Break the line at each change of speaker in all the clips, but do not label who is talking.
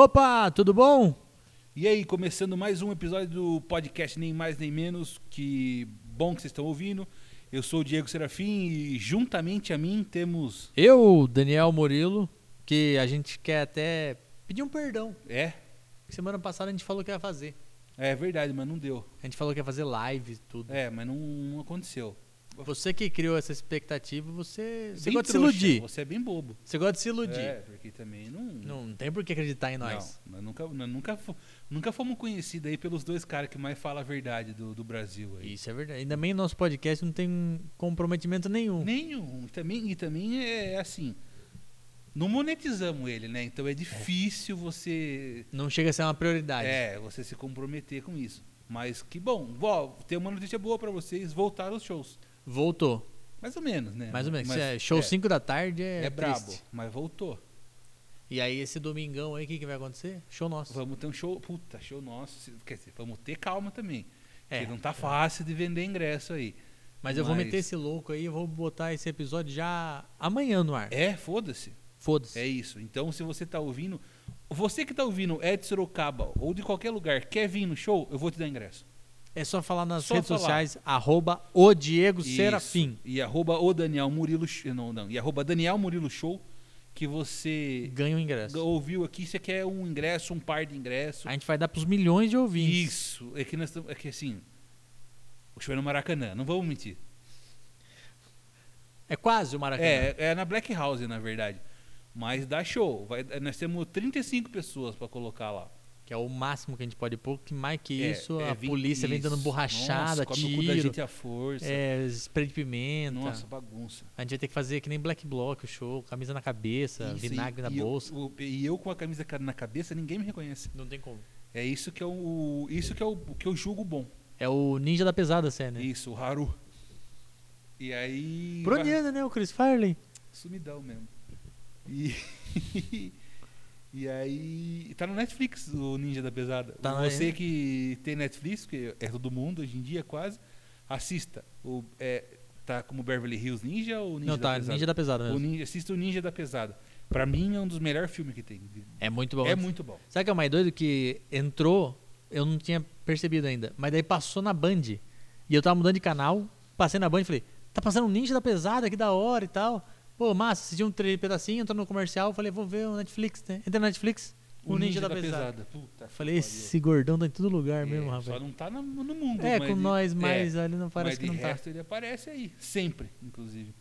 Opa, tudo bom?
E aí, começando mais um episódio do podcast Nem Mais Nem Menos, que bom que vocês estão ouvindo. Eu sou o Diego Serafim e juntamente a mim temos.
Eu, Daniel Murilo, que a gente quer até pedir um perdão.
É,
Semana passada a gente falou que ia fazer.
é verdade, mas não deu.
A gente falou que ia fazer live e tudo.
É, mas não, não aconteceu.
Você que criou essa expectativa, você, você
Bem
gosta de se
trouxa,
iludir.
Você é bem bobo.
Você gosta de se iludir.
É, porque também não.
Não, não tem por que acreditar em nós.
Não, nós nunca, nós nunca, fo- nunca fomos conhecidos aí pelos dois caras que mais falam a verdade do, do Brasil aí.
Isso é verdade. Ainda bem nosso podcast não tem comprometimento nenhum.
Nenhum. E também, e também é assim. Não monetizamos ele, né? Então é difícil você
Não chega a ser uma prioridade.
É, você se comprometer com isso. Mas que bom. Vó, tem uma notícia boa pra vocês, voltaram os shows.
Voltou.
Mais ou menos, né?
Mais ou menos.
Mas-
Se é show 5 da tarde é,
É, é brabo,
triste.
mas voltou.
E aí esse domingão aí, o que, que vai acontecer? Show nosso.
Vamos ter um show, puta, show nosso. se- Quer dizer, vamos ter calma também.
É.
Porque não tá fácil de vender ingresso aí.
Mas eu vou
Mas-
meter esse louco aí, eu vou botar esse episódio já amanhã no ar.
É, foda-se.
Foda-se.
É isso. Então, se você tá ouvindo, você que tá ouvindo é de Sorocaba ou de qualquer lugar, quer vir no show, eu vou te dar ingresso.
É só falar nas
Só
redes
falar.
sociais, arroba o Diego
Isso.
Serafim.
E arroba o Daniel Murilo, Sh- não, não, e arroba Daniel Murilo Show, que você
Ganha o ingresso.
ouviu aqui, você quer um ingresso, um par de ingresso.
A gente vai dar pros milhões de ouvintes.
Isso. É que, nós tam- é que assim. O show é no Maracanã, não vamos mentir.
É quase o Maracanã.
É, é na Black House, na verdade. Mas dá show. Vai, nós temos 35 pessoas pra colocar lá.
Que é o máximo que a gente pode pôr, que mais que
É,
isso,
é
a
20
polícia vem dando
isso.
borrachada,
Nossa, come o cu da
tiro,
gente à força.
é, tá. spray de pimenta.
Nossa, bagunça.
A gente vai ter que fazer que nem Black Block, o show, camisa na cabeça,
Isso,
vinagre
e-
na
e eu-
bolsa.
o- e eu com a camisa ca- na cabeça, ninguém me reconhece.
Não tem como.
É isso que é o. Isso que é o, o que eu julgo bom.
É o ninja da pesada, sério, né?
Isso, o Haru. E aí. vai-
Broniano, né? O Chris Farley.
Sumidão mesmo. E. e aí. Tá no Netflix o Ninja da Pesada.
Tá lá,
Você
é.
que tem Netflix, que é todo mundo hoje em dia quase, assista. O, é, tá como Beverly Hills Ninja ou Ninja
Não,
da
tá,
Pesada?
ninja da pesada
O
mesmo.
Ninja- assista o Ninja da Pesada. Pra mim é um dos melhores filmes que tem.
É muito bom.
É muito bom.
Sabe o que é o mais doido? Que entrou, eu não tinha percebido ainda, mas daí passou na Band. E eu tava mudando de canal, passei na Band e falei, tá passando um ninja da pesada, que da hora e tal. Pô, massa, assisti um tre- pedacinho, entrou no comercial, falei, vou ver o Netflix, né? Entrei no Netflix, o, ninja, da, pesada.
Puta que
Falei,
pariu.
esse gordão tá em todo lugar
tá É,
mesmo,
Só
rapaz.
não tá na- no mundo.
É,
mas
com
ele-
nós,
é.
mas ali não
Mas
parece que
de
não tá.
resto ele aparece aí, sempre, inclusive.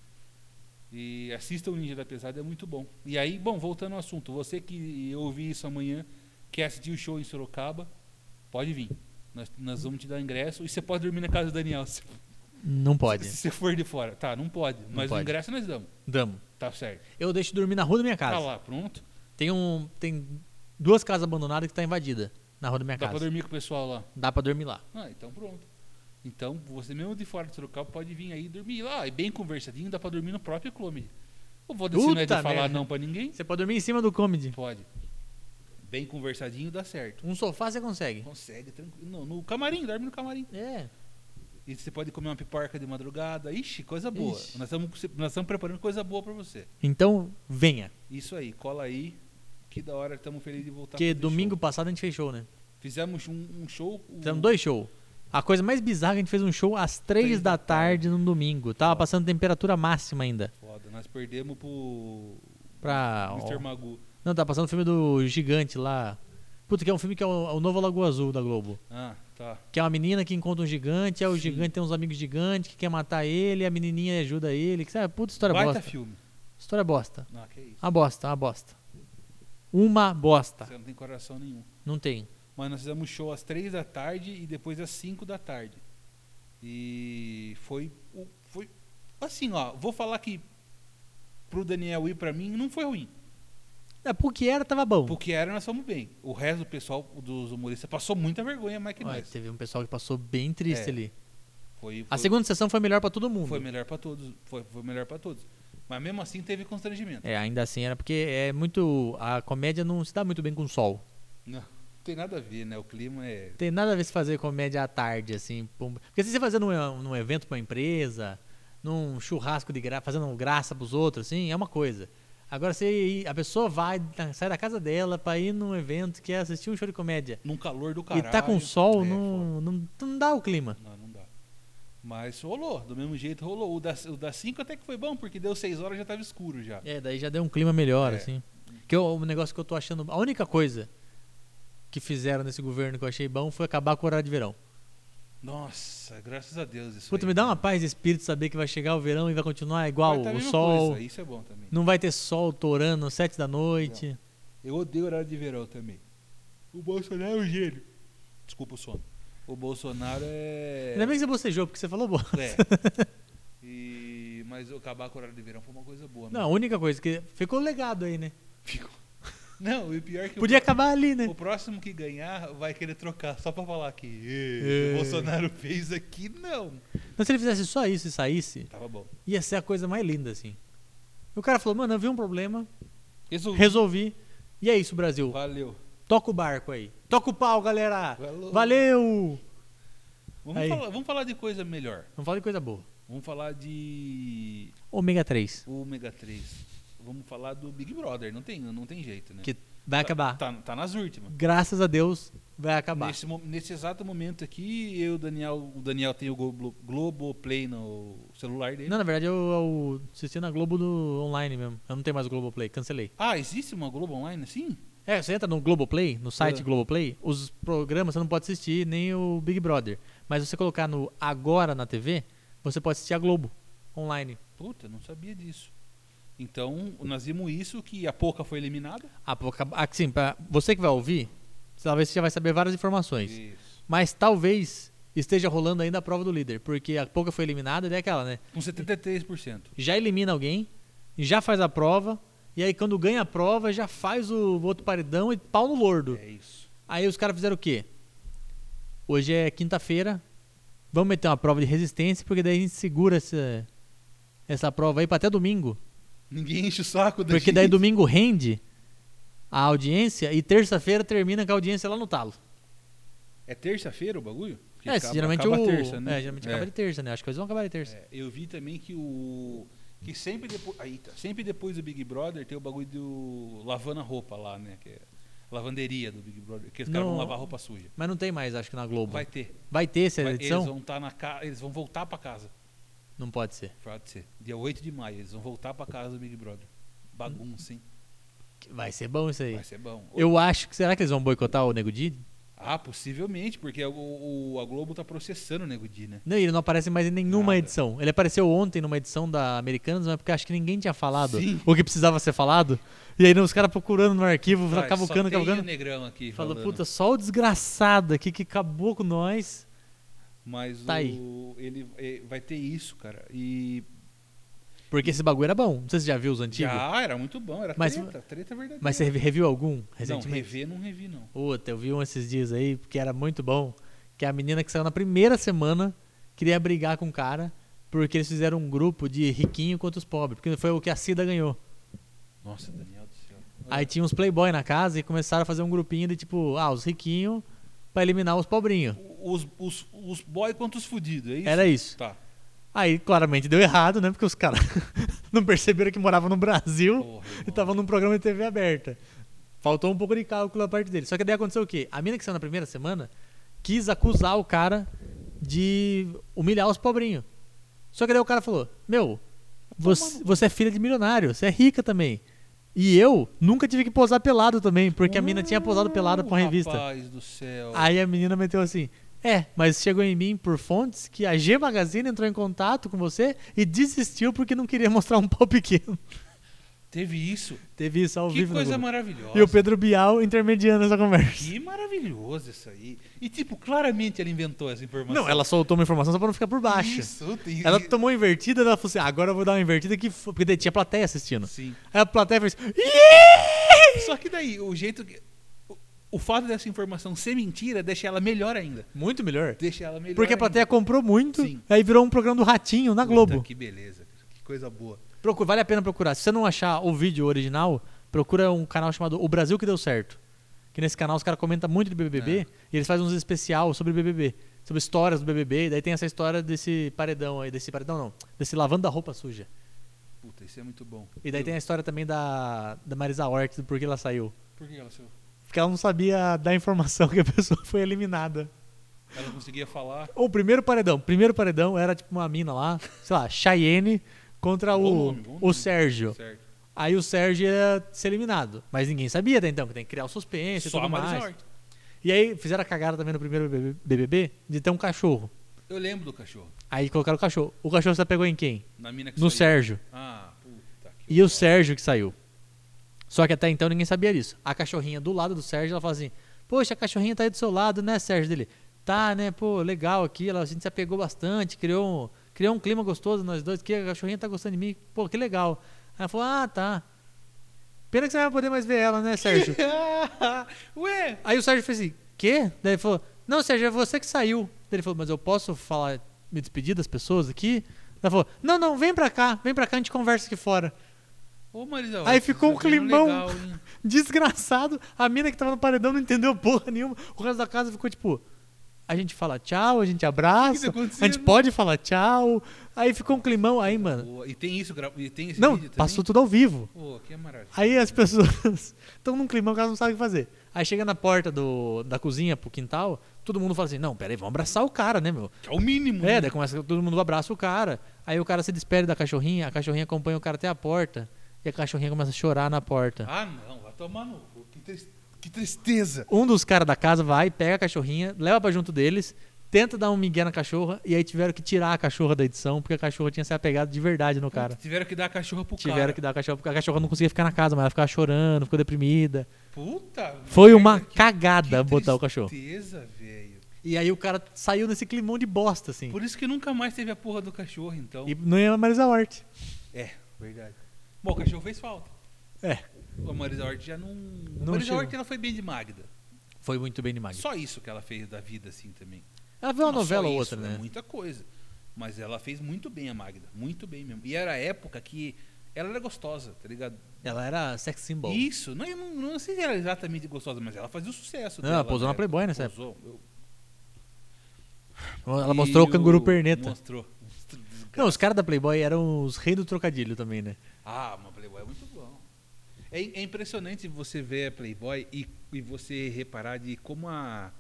E assista o Ninja da Pesada, é muito bom. E aí, bom, voltando ao assunto, você que ouvir isso amanhã, quer assistir o show em Sorocaba, pode vir. Nós, nós vamos te dar ingresso e você pode dormir na casa do Daniel se,
Não pode.
se você for de fora. Tá, não pode, mas
pode.
o ingresso nós damos.
Damos.
Tá certo.
Eu deixo dormir na rua da minha casa.
Tá lá, pronto.
Tem um. Tem duas casas abandonadas que tá invadida na rua da minha
Dá pra
casa.
dormir com o pessoal lá.
Dá pra dormir lá.
Ah, então pronto. Então, você mesmo de fora de Sorocaba pode vir aí dormir lá. É bem conversadinho, dá pra dormir no próprio clube. Eu vou decidir não é de
Puta
falar
merda.
não pra ninguém.
Você pode dormir em cima do comedy.
Pode. Bem conversadinho dá certo.
Um sofá você consegue.
Consegue, tranquilo. Não, no camarim, dorme no camarim.
É.
E você pode comer uma pipoca de madrugada. Ixi, coisa boa.
Ixi.
Nós estamos nós estamos preparando coisa boa pra você.
Então, venha.
Isso aí, cola aí. Que da hora, estamos felizes de voltar. a
Porque
fazer
domingo
show.
passado a gente fez show, né?
Fizemos um, um show. o-
Fizemos dois shows. A coisa mais bizarra é que a gente fez um show às três
Três
da
da
tarde num domingo. Tava
Ó.
passando temperatura máxima ainda.
Foda, nós perdemos pro
Pra.
Mr. Magu.
Não, tá passando o filme do Gigante lá. Puta, que é um filme que é o, o novo Lagoa Azul da Globo.
Ah, tá.
Que é uma menina que encontra um gigante, aí o
Sim.
gigante tem uns amigos gigantes que quer matar ele, a menininha ajuda ele. Que, sabe, puta história
Baita
bosta.
filme.
História bosta.
Ah, que isso.
Uma bosta, uma bosta. Uma bosta.
Você não tem coração nenhum.
Não tem.
Mas nós fizemos show às três da tarde e depois às 5 da tarde. E foi. o- foi assim, ó, vou falar que pro Daniel ir pra mim não foi ruim.
É, porque era, tava bom.
Porque era, nós fomos bem. O resto do pessoal, dos humoristas, passou muita vergonha mais que
Olha,
nós.
teve um pessoal que passou bem triste
É,
ali.
Foi, foi,
A segunda sessão foi melhor pra todo mundo.
foi melhor pra todos. Foi, foi melhor pra todos. Mas mesmo assim teve constrangimento.
É, ainda assim era porque é muito. A comédia não se dá muito bem com o sol.
Não, tem nada a ver, né? O clima é.
Tem nada a ver se fazer comédia à tarde, assim. pum. Porque se você fazer num, num evento pra uma empresa, num churrasco de graça, fazendo graça pros outros, assim, é uma coisa. Agora você, a pessoa vai, tá- sai da casa dela pra ir num evento que é assistir um show de comédia.
Num calor do caralho.
e tá com sol,
É,
não, não, não dá o clima.
Não, não dá. Mas rolou, do mesmo jeito rolou. O das, o das 5 até que foi bom, porque deu 6 horas já tava escuro já.
É, daí já deu um clima melhor,
É.
assim. Que eu- o negócio que eu tô achando. A única coisa que fizeram nesse governo que eu achei bom foi acabar com o horário de verão.
Nossa, graças a Deus isso
Puta,
aí,
me dá
cara.
uma paz de espírito saber que vai chegar o verão e vai continuar
Mas
igual
tá a
o
mesma
sol.
coisa, isso é bom também.
Não vai ter sol torando às sete da noite.
Eu odeio horário de verão também. O Bolsonaro é um gênio. Desculpa o sono. O Bolsonaro é...
Ainda bem que você bocejou, porque você falou boa.
É. E... Mas acabar com o horário de verão foi uma coisa boa. né?
Não, a
mesmo.
única coisa que. Ficou legado aí, né?
Fico- Não, e pior que
Podia
o...
acabar ali, né?
o próximo que ganhar vai querer trocar, só pra falar que
É.
"Ê, o Bolsonaro fez aqui, não.
Mas se ele fizesse só isso e saísse,
Tava bom.
ia ser a coisa mais linda, assim. O cara falou, mano, eu vi um problema,
Isso...
resolvi. E é isso, Brasil.
Valeu.
Toca o barco aí. Toca o pau, galera.
Valeu.
Valeu! Aí.
Vamos falar, vamos falar de coisa melhor.
Não fala de coisa boa.
Vamos falar de
Ômega 3.
ômega 3. Vamos falar do Big Brother. Não tem, não tem jeito, né?
Que vai acabar.
Tá, tá nas últimas.
Graças a Deus, vai acabar.
Nesse, mo- nesse exato momento aqui, eu, Daniel, o Daniel tem o Glo- Globoplay no celular dele.
Não, na verdade, eu, eu assisti na Globo do online mesmo. Eu não tenho mais o Globoplay, cancelei.
Ah, existe uma Globo Online assim?
É, você entra no Globoplay, no site
É.
Globoplay, os programas você não pode assistir, nem o Big Brother. Mas se você colocar no Agora na TV, você pode assistir a Globo online.
Puta, não sabia disso. Então, nós vimos isso, que a Poca foi eliminada.
Ah, pô, acaba- ah, sim, pra você que vai ouvir, talvez você já vai saber várias informações.
Isso.
Mas talvez esteja rolando ainda a prova do líder, porque a pouca foi eliminada, daí é aquela, né?
Com 73%.
Já elimina alguém, já faz a prova, e aí quando ganha a prova, já faz o outro paredão e pau no lordo.
É isso.
Aí os caras fizeram o quê? Hoje é quinta-feira, vamos meter uma prova de resistência, porque daí a gente segura essa, essa prova aí pra até domingo.
Ninguém enche o saco da
Porque daí
gente.
domingo rende a audiência e terça-feira termina com a audiência lá no talo.
É terça-feira o bagulho? Que
é,
acaba-
geralmente
acaba
o.
terça, né?
É, geralmente acaba de terça, né? Acho que eles vão acabar de terça.
É, eu vi também que o que sempre depois, aí tá, sempre depois do Big Brother tem o bagulho do lavando a roupa lá, né, que é lavanderia do Big Brother, que os caras vão
Não.
lavar roupa suja.
Mas não tem mais, acho que na Globo.
Vai
Vai,
ter.
ter essa é
Vai-
edição?
eles vão tá na ca, eles vão voltar pra casa.
Não pode ser.
Pode ser. Dia 8 de maio, eles vão voltar pra casa do Big Brother. Bagunça, hein?
Vai ser bom isso aí.
Vai ser bom.
Eu acho que. Será que eles vão boicotar o Nego Di?
Ah, possivelmente, porque o, o- a Globo tá processando o Nego Di, né?
Não, ele não aparece mais em nenhuma
Nada.
edição. Ele apareceu ontem numa edição da Americanas, mas porque acho que ninguém tinha falado
Sim.
o que precisava ser falado. E aí não, os caras procurando no arquivo,
Vai,
cavucando,
só tem o
cavucando.
Negrão aqui
Tá, Falou,
falando. né?"
puta, só o desgraçado aqui que acabou com nós.
Mas
tá
o,
aí.
ele eh, vai ter isso, cara. E
Porque esse bagulho era bom. Não sei se você já viu os antigos.
Já, era muito bom, era
Mas-
treta, treta verdadeira.
Mas você reviu algum
não,
recentemente?
rever não revi, não.
Puta, eu vi um esses dias aí, porque era muito bom. Que a menina que saiu na primeira semana queria brigar com o cara, porque eles fizeram um grupo de riquinho contra os pobres. Porque foi o que a Cida ganhou.
Nossa, Daniel do céu.
Aí tinha uns playboy na casa e começaram a fazer um grupinho de tipo, ah, os riquinhos pra eliminar os pobrinhos.
Os, os, os boy contra os fudidos, é isso?
Era isso.
Tá.
Aí claramente deu errado, né? Porque os caras não perceberam que moravam no Brasil
Porra,
e
irmão.
estavam num programa de TV aberta. Faltou um pouco de cálculo da parte dele. Só que daí aconteceu o quê? A mina que saiu na primeira semana quis acusar o cara de humilhar os pobrinhos. Só que daí o cara falou: Meu, você, você é filha de milionário, você é rica também. E eu nunca tive que posar pelado também, porque a mina tinha posado pelado pra uma revista.
Rapaz do céu.
Aí a menina meteu assim: É, mas chegou em mim por fontes que a G Magazine entrou em contato com você e desistiu porque não queria mostrar um pau pequeno.
Teve isso.
Teve isso ao
Que
vivo. na
coisa
Globo.
maravilhosa.
e o Pedro Bial intermediando essa conversa.
Que maravilhoso isso aí. E, tipo, claramente ela inventou essa informação.
Não, ela soltou uma informação só pra não ficar por baixo.
Isso, tem...
Ela tomou invertida, ela falou assim: "Ah, agora eu vou dar uma invertida que. f-" Porque daí tinha plateia assistindo.
Sim.
Aí a plateia fez. "Ih!"
Só que daí, o jeito que... o- O fato dessa informação ser mentira deixa ela melhor ainda.
Muito melhor.
Deixa ela melhor
Porque é a
ainda.
plateia comprou muito,
Sim.
aí virou um programa do Ratinho na
Puta,
Globo.
Que beleza, cara. que coisa boa.
Procura, vale a pena procurar. Se você não achar o vídeo original, procura um canal chamado O Brasil que deu certo. Que nesse canal os caras comentam muito de BBB
É.
e eles fazem uns especial sobre BBB, sobre histórias do BBB, e daí tem essa história desse paredão aí, desse paredão não, desse lavando a roupa suja.
Puta, isso é muito bom.
E daí tem a história também da, da Marisa Hort, do porquê ela saiu.
Por que ela saiu?
Porque ela não sabia dar informação que a pessoa foi eliminada.
Ela não conseguia falar.
O primeiro paredão, o primeiro paredão era tipo uma mina lá, sei lá, Cheyenne contra
Bom
o,
nome, bom
o
nome.
Sérgio.
Certo.
Aí o Sérgio ia ser eliminado. Mas ninguém sabia até então, que tem que criar o suspense
Só
e
a
tudo
Marisa
mais.
Hort.
E aí fizeram a cagada também no primeiro BBB BBB de ter um cachorro.
Eu lembro do cachorro.
Aí colocaram o cachorro. O cachorro você pegou em quem?
Na mina que
No
saiu.
Sérgio.
Ah, puta
E
que
o
pariu.
Sérgio que saiu. Só que até então ninguém sabia disso. A cachorrinha do lado do Sérgio, ela fala assim: Poxa, a cachorrinha tá aí do seu lado, né, Sérgio? Dele, tá, né, pô, legal aqui. Ela, a gente se apegou bastante, criou um, criou um clima gostoso nós dois, que a cachorrinha tá gostando de mim, pô, que legal. Aí ela falou: Ah, tá. Pena que você não vai poder mais ver ela, né, Sérgio?
Ué,
Aí o Sérgio fez assim, quê? Daí ele falou, não, Sérgio, é você que saiu. Daí ele falou, mas eu posso falar, me despedir das pessoas aqui? Ela falou, não, não, vem pra cá, vem pra cá, a gente conversa aqui fora.
Ô, Marisa,
Aí
olha,
ficou um
tá sendo
climão.
legal, hein?
Desgraçado, a mina que tava no paredão não entendeu porra nenhuma. O resto da casa ficou tipo, a gente fala tchau, a gente abraça,
O que tá
a gente
acontecendo?
pode falar tchau. Aí ficou um climão, aí, mano,
Boa. E tem isso, gra- e tem esse
não,
vídeo também?
passou tudo ao vivo.
Pô, que é maravilha.
Aí as pessoas estão num climão que elas não sabem o que fazer. Aí chega na porta do, da cozinha pro quintal, todo mundo fala assim: não, peraí, vamos abraçar o cara, né, meu?
Que é o mínimo.
É,
né?
daí começa todo mundo abraça o cara. Aí o cara se despede da cachorrinha, a cachorrinha acompanha o cara até a porta. E a cachorrinha começa a chorar na porta.
Ah, não, vai tomar no cu. Que, tris- que tristeza.
Um dos caras da casa vai, pega a cachorrinha, leva pra junto deles, tenta dar um migué na cachorra, e aí tiveram que tirar a cachorra da edição, porque a cachorra tinha se apegado de verdade no cara.
Tiveram que dar a cachorra pro
Tiveram
cara.
que dar a cachorra, porque a cachorra não conseguia ficar na casa, mas ela ficava chorando, ficou deprimida.
Puta.
Foi
merda,
uma
que-
cagada
que
botar o cachorro.
tristeza, velho.
E aí o cara saiu nesse climão de bosta, assim.
Por isso que nunca mais teve a porra do cachorro, então.
E não ia mais a Hort.
É, verdade. Bom, o cachorro fez falta.
É.
A Marisa Hort já não... a
Não
Marisa
chegou.
Hort, ela foi bem de Magda.
Foi muito bem demais.
Só isso que ela fez da vida, assim, também.
Ela viu é uma
Não,
novela
só
ou
isso, é
outra, né?
Muita coisa. Mas ela fez muito bem a Magda. Muito bem mesmo. E era a época que ela era gostosa, tá ligado?
Ela era sex symbol.
Isso. Não, eu não, não sei se era exatamente gostosa, mas ela fazia o sucesso
Não,
dela.
ela posou
né?
na Playboy nessa época.
Posou. Eu-
Ela
E
mostrou o canguru perneta.
Mostrou. Mostrou, desgraça.
Não, os caras da Playboy eram os reis do trocadilho também, né?
Ah, mas Playboy é muito bom. É, é impressionante você ver a Playboy e, e você reparar de como a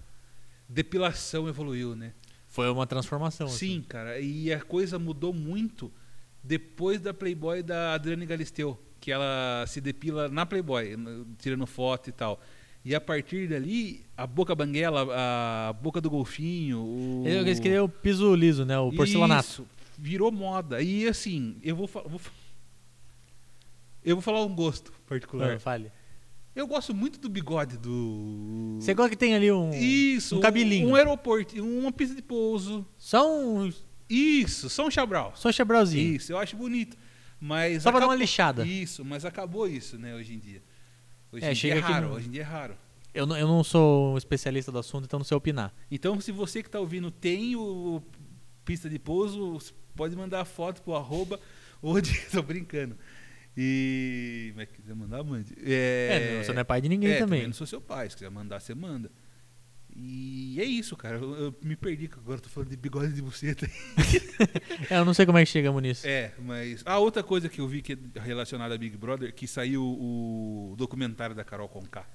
depilação evoluiu, né?
Foi uma transformação. assim.
Sim, cara. E a coisa mudou muito depois da Playboy da Adriane Galisteu, que ela se depila na Playboy, no- tirando foto e tal. E a partir dali, a boca banguela, a boca do golfinho, o...
Eu- Eles queriam o piso liso, né? O porcelanato.
Isso, virou moda. E assim, eu vou, fa- vou fa- eu vou falar um gosto particular.
Não, fale.
Eu gosto muito do bigode do
Você gosta que tem ali um.
Isso,
um cabelinho.
um, aeroporto, uma pista de pouso.
Só um.
Isso, São Chabral.
Só um chabralzinho.
Isso, eu acho bonito. Mas
Só pra dar
acabou-
uma lixada.
Isso, mas acabou isso, né, hoje em dia. Hoje
É,
em
chega
dia é
aqui
raro,
no-
hoje em dia é raro.
Eu, não- eu não sou um especialista do assunto, então não sei opinar.
Então, se você que tá ouvindo tem o pista de pouso, pode mandar a foto pro arroba ou de... tô brincando. E mas quiser mandar, mande.
É, não, você não é pai de ninguém
é,
também.
Não sou seu pai, se quiser mandar, você manda. E é isso, cara. Eu, eu me perdi, que agora eu tô falando de bigode de buceta.
É, eu não sei como é que chegamos nisso.
É, mas. Ah, outra coisa que eu vi que é relacionada a Big Brother, que saiu o documentário da Carol Conká.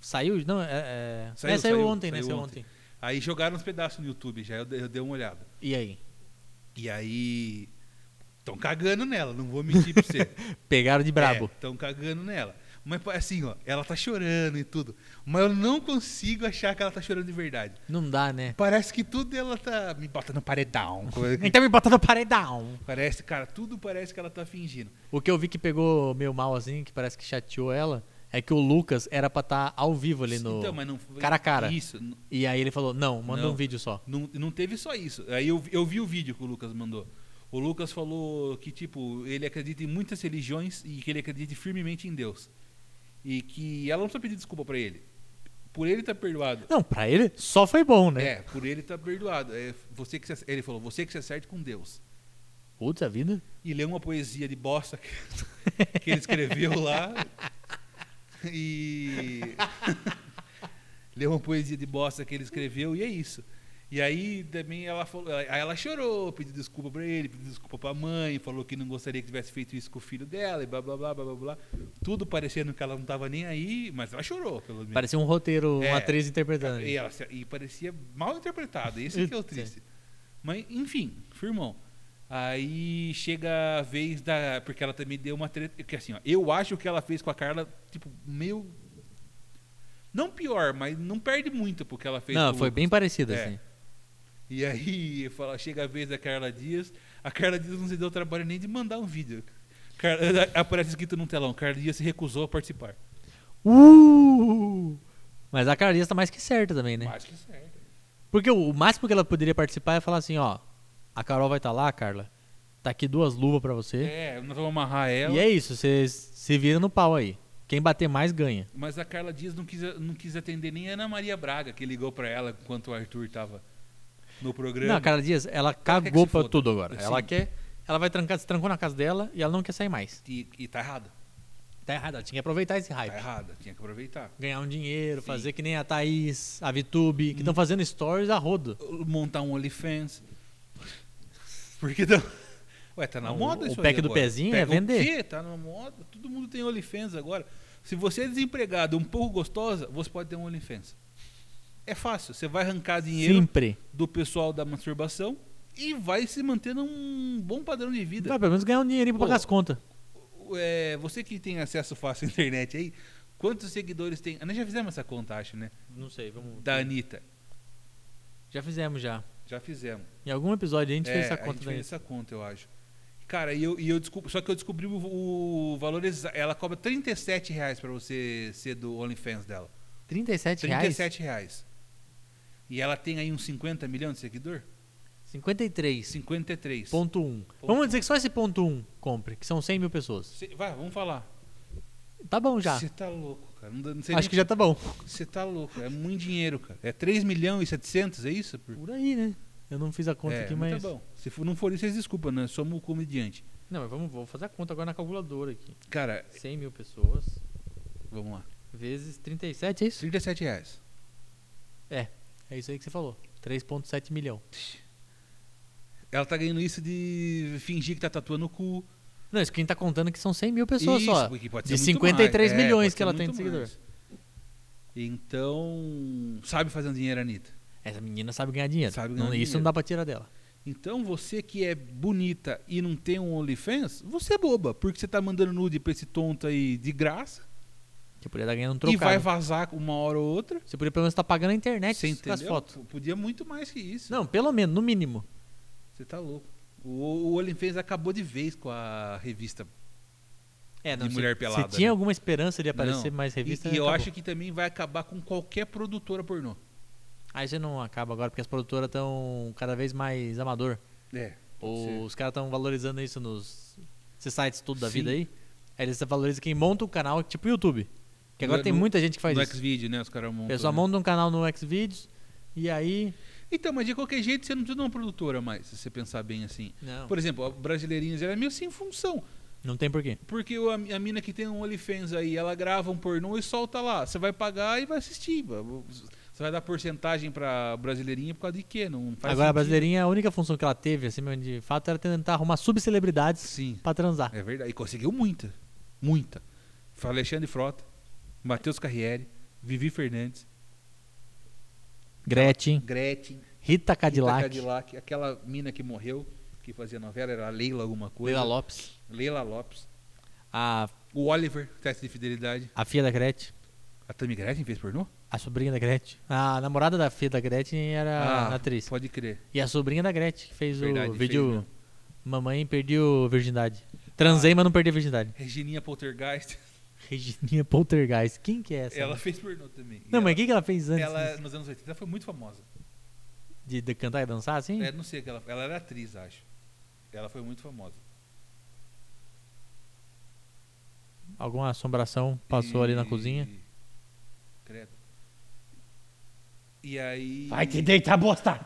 Saiu? Não, é. é...
Saiu,
é, saiu
saiu,
ontem, né?
saiu
Saiu
ontem.
ontem.
Aí jogaram uns pedaços no YouTube já, eu, dei- eu dei uma olhada.
E aí?
E aí. Estão cagando nela, não vou mentir pra você.
Pegaram de brabo.
Estão cagando nela. Mas pô, assim, ó, ela tá chorando e tudo. Mas eu não consigo achar que ela tá chorando de verdade.
Não dá, né?
Parece que tudo ela tá. Me bota no paredão. coisa que-
Então me bota no paredão.
Parece, cara, tudo parece que ela tá fingindo.
O que eu vi que pegou meio mal, assim, que parece que chateou ela, é que o Lucas era pra estar ao vivo ali no.
Então, mas não foi-
cara a cara.
Isso. n-
E aí ele falou: não, manda
Não.
um vídeo só.
Não, não teve só isso. Aí eu, vi- eu vi o vídeo que o Lucas mandou. O Lucas falou que, tipo, ele acredita em muitas religiões e que ele acredita firmemente em Deus. E que ela não precisa pedir desculpa pra ele. Por ele tá perdoado.
Não, pra ele só foi bom, né?
É, por ele tá perdoado. É, você que se ac- ele falou, você que se acerte com Deus.
Putz, a vida.
E leu uma poesia de bosta que, que ele escreveu lá. E. leu uma poesia de bosta que ele escreveu e é isso. E aí também ela falou, aí ela chorou, pediu desculpa pra ele, pediu desculpa pra mãe, falou que não gostaria que tivesse feito isso com o filho dela e blá blá blá blá blá. blá. Tudo parecendo que ela não tava nem aí, mas ela chorou, pelo menos.
Parecia um roteiro,
É.
uma atriz interpretando.
E, ela se- e parecia mal interpretado, esse que é o triste. Mas, enfim, firmão. Aí chega a vez da. Porque ela também deu uma treta. Porque assim, ó, eu acho que ela fez com a Carla, tipo, meio. Não pior, mas não perde muito porque ela fez
Não,
com o
foi
Lucas.
bem parecido,
É.
assim.
E aí fala, chega a vez da Carla Dias. A Carla Dias não se deu o trabalho nem de mandar um vídeo. Car- Aparece escrito num telão: Carla Dias se recusou a participar.
Uh! Mas a Carlinhos tá mais que certa também, né?
Acho que é certo.
Porque o, o máximo que ela poderia participar é falar assim, ó, a Carol vai estar lá, Carla. Tá aqui duas luvas pra você.
É, nós vamos amarrar ela.
E é isso, você se vira no pau aí. Quem bater mais ganha.
Mas a Carla Dias não quis, não quis atender nem a Ana Maria Braga, que ligou pra ela enquanto o Arthur tava no programa.
Não, a Carla Dias, ela
quer
cagou
que se
pra
foda.
tudo agora.
Sim.
Ela quer, ela vai trancar, se trancou na casa dela e ela não quer sair mais.
E, e tá errado.
Tá errado, ela tinha que aproveitar esse hype.
Tá errado. Tinha que aproveitar.
Ganhar um dinheiro,
Sim. Uhum.
fazer que nem a Thaís, a Vitube, que estão fazendo stories a rodo.
Montar um OnlyFans. Porque não. Ué, tá na
Não,
moda
o-
isso
o
aí
pack do
agora.
pezinho
Pack
é vender.
O quê? Tá na moda. Todo mundo tem OnlyFans agora. Se você é desempregado, um pouco gostosa, você pode ter um OnlyFans. É fácil. Você vai arrancar dinheiro
Sempre.
do pessoal da masturbação e vai se manter num bom padrão de vida.
Vai pelo menos ganhar um dinheirinho pra pagar
Pô.
as contas.
É, você que tem acesso fácil à internet aí, quantos seguidores tem? Nós já fizemos essa conta, acho, né?
Não sei, vamos.
Da Anitta.
Já fizemos já.
Já fizemos.
Em algum episódio a gente fez
É,
essa
a
conta
gente
daí.
fez essa conta, eu acho. Cara, e eu, e eu descobri, só que eu descobri o, o valor exato. Ela cobra 37 reais pra você ser do OnlyFans dela.
37 reais?
37 reais. E ela tem aí uns 50 milhões de seguidor?
53.
53.
Ponto 1. Vamos dizer que só esse ponto 1 compre, que são 100 mil pessoas.
Cê- vai, vamos falar.
Tá bom já.
Você tá louco, cara. Não, dá- não sei
Acho que já tá bom.
Você tá louco. É muito dinheiro, cara. É 3 milhões e 700, é isso? Por...
Por aí, né? Eu não fiz a conta
é,
aqui,
mas
mas.
Tá bom. Se for- não for isso, vocês desculpam, né? Somos o comediante.
Não, mas vamos, vou fazer a conta agora na calculadora aqui.
Cara,
100 mil pessoas
vamos lá.
vezes 37, é isso?
37 reais.
É isso aí que você falou. 3,7 milhão.
Ela tá ganhando isso de fingir que tá tatuando o cu.
Não, isso que a gente tá contando que são 100 mil pessoas
isso,
só.
porque pode
De
ser muito
53
mais. É,
milhões
pode
que
ser
ela tem de
muito
seguidor.
mais. Então, sabe fazer um dinheiro, Anitta.
Essa menina sabe ganhar dinheiro.
Sabe
Não,
ganhar
isso
dinheiro.
não dá pra tirar dela.
Então, você que é bonita e não tem um OnlyFans, você é boba, porque você tá mandando nude pra esse tonto aí de graça
Você podia estar ganhando um
e vai
trocado.
vazar uma hora ou outra.
Você podia pelo menos estar pagando a internet
Você
Né? as
entendeu?
fotos.
Podia muito mais que isso.
Não, pelo menos, no mínimo.
Você tá louco. O, o Olimpians acabou de vez com a revista.
É,
De mulher
se,
pelada,
Se tinha
né?
alguma esperança de aparecer
Não.
mais revista,
e e eu
acabou.
acho que também vai acabar com qualquer produtora pornô.
Aí você não acaba agora, porque as produtoras estão cada vez mais amador.
É.
Os caras estão valorizando isso nos esses sites tudo da
Sim.
vida aí. Aí eles valorizam quem monta o canal, tipo o YouTube. Que agora
No-
tem
é no-
muita gente que faz
no
isso.
Xvideo, né? Os caras
O
montam.
pessoal
né?
monta um canal no Xvideos e aí...
Então, mas de qualquer jeito você não precisa de uma produtora mais, se você pensar bem assim.
Não,
Por exemplo, a Brasileirinhas ela é meio sem função.
não tem porquê.
Porque o- a, a mina que tem um OnlyFans aí, ela grava um pornô e solta lá. Você vai pagar e vai assistir. Você vai dar porcentagem pra brasileirinha por causa de quê? Não
agora
faz
a
sentido.
brasileirinha, a única função que ela teve, assim, mesmo de fato, era tentar arrumar subcelebridades
Sim.
pra transar.
É verdade. E conseguiu muita. Muita. Foi Alexandre Frota, Matheus Carriere, Vivi Fernandes,
Gretchen,
Gretchen,
Rita
Rita
Cadillac,
Cadillac, aquela mina que morreu, que fazia novela, era a Leila alguma coisa.
Leila Lopes,
Leila Lopes.
a,
O Oliver, teste de fidelidade.
a filha da Gretchen.
A Tammy Gretchen fez pornô?
A sobrinha da Gretchen. A namorada da filha da Gretchen era
Ah,
atriz.
Pode crer.
E a sobrinha da Gretchen que fez
Verdade,
o
fez né?
vídeo
mesmo.
Mamãe perdeu a virgindade. Transei,
Ah.
mas não perdi a virgindade.
Regininha Poltergeist,
Regininha Poltergeist. Quem que é essa?
ela
né?
fez pornô também. E
Não, mas
ela,
o que, que ela fez antes
ela,
disso?
nos anos 80, foi muito famosa.
de, de cantar e dançar assim?
É, não sei o que ela. Ela era atriz, acho. Ela foi muito famosa.
Alguma assombração passou ali na
E-
cozinha?
Credo. E aí.
deitar, bosta!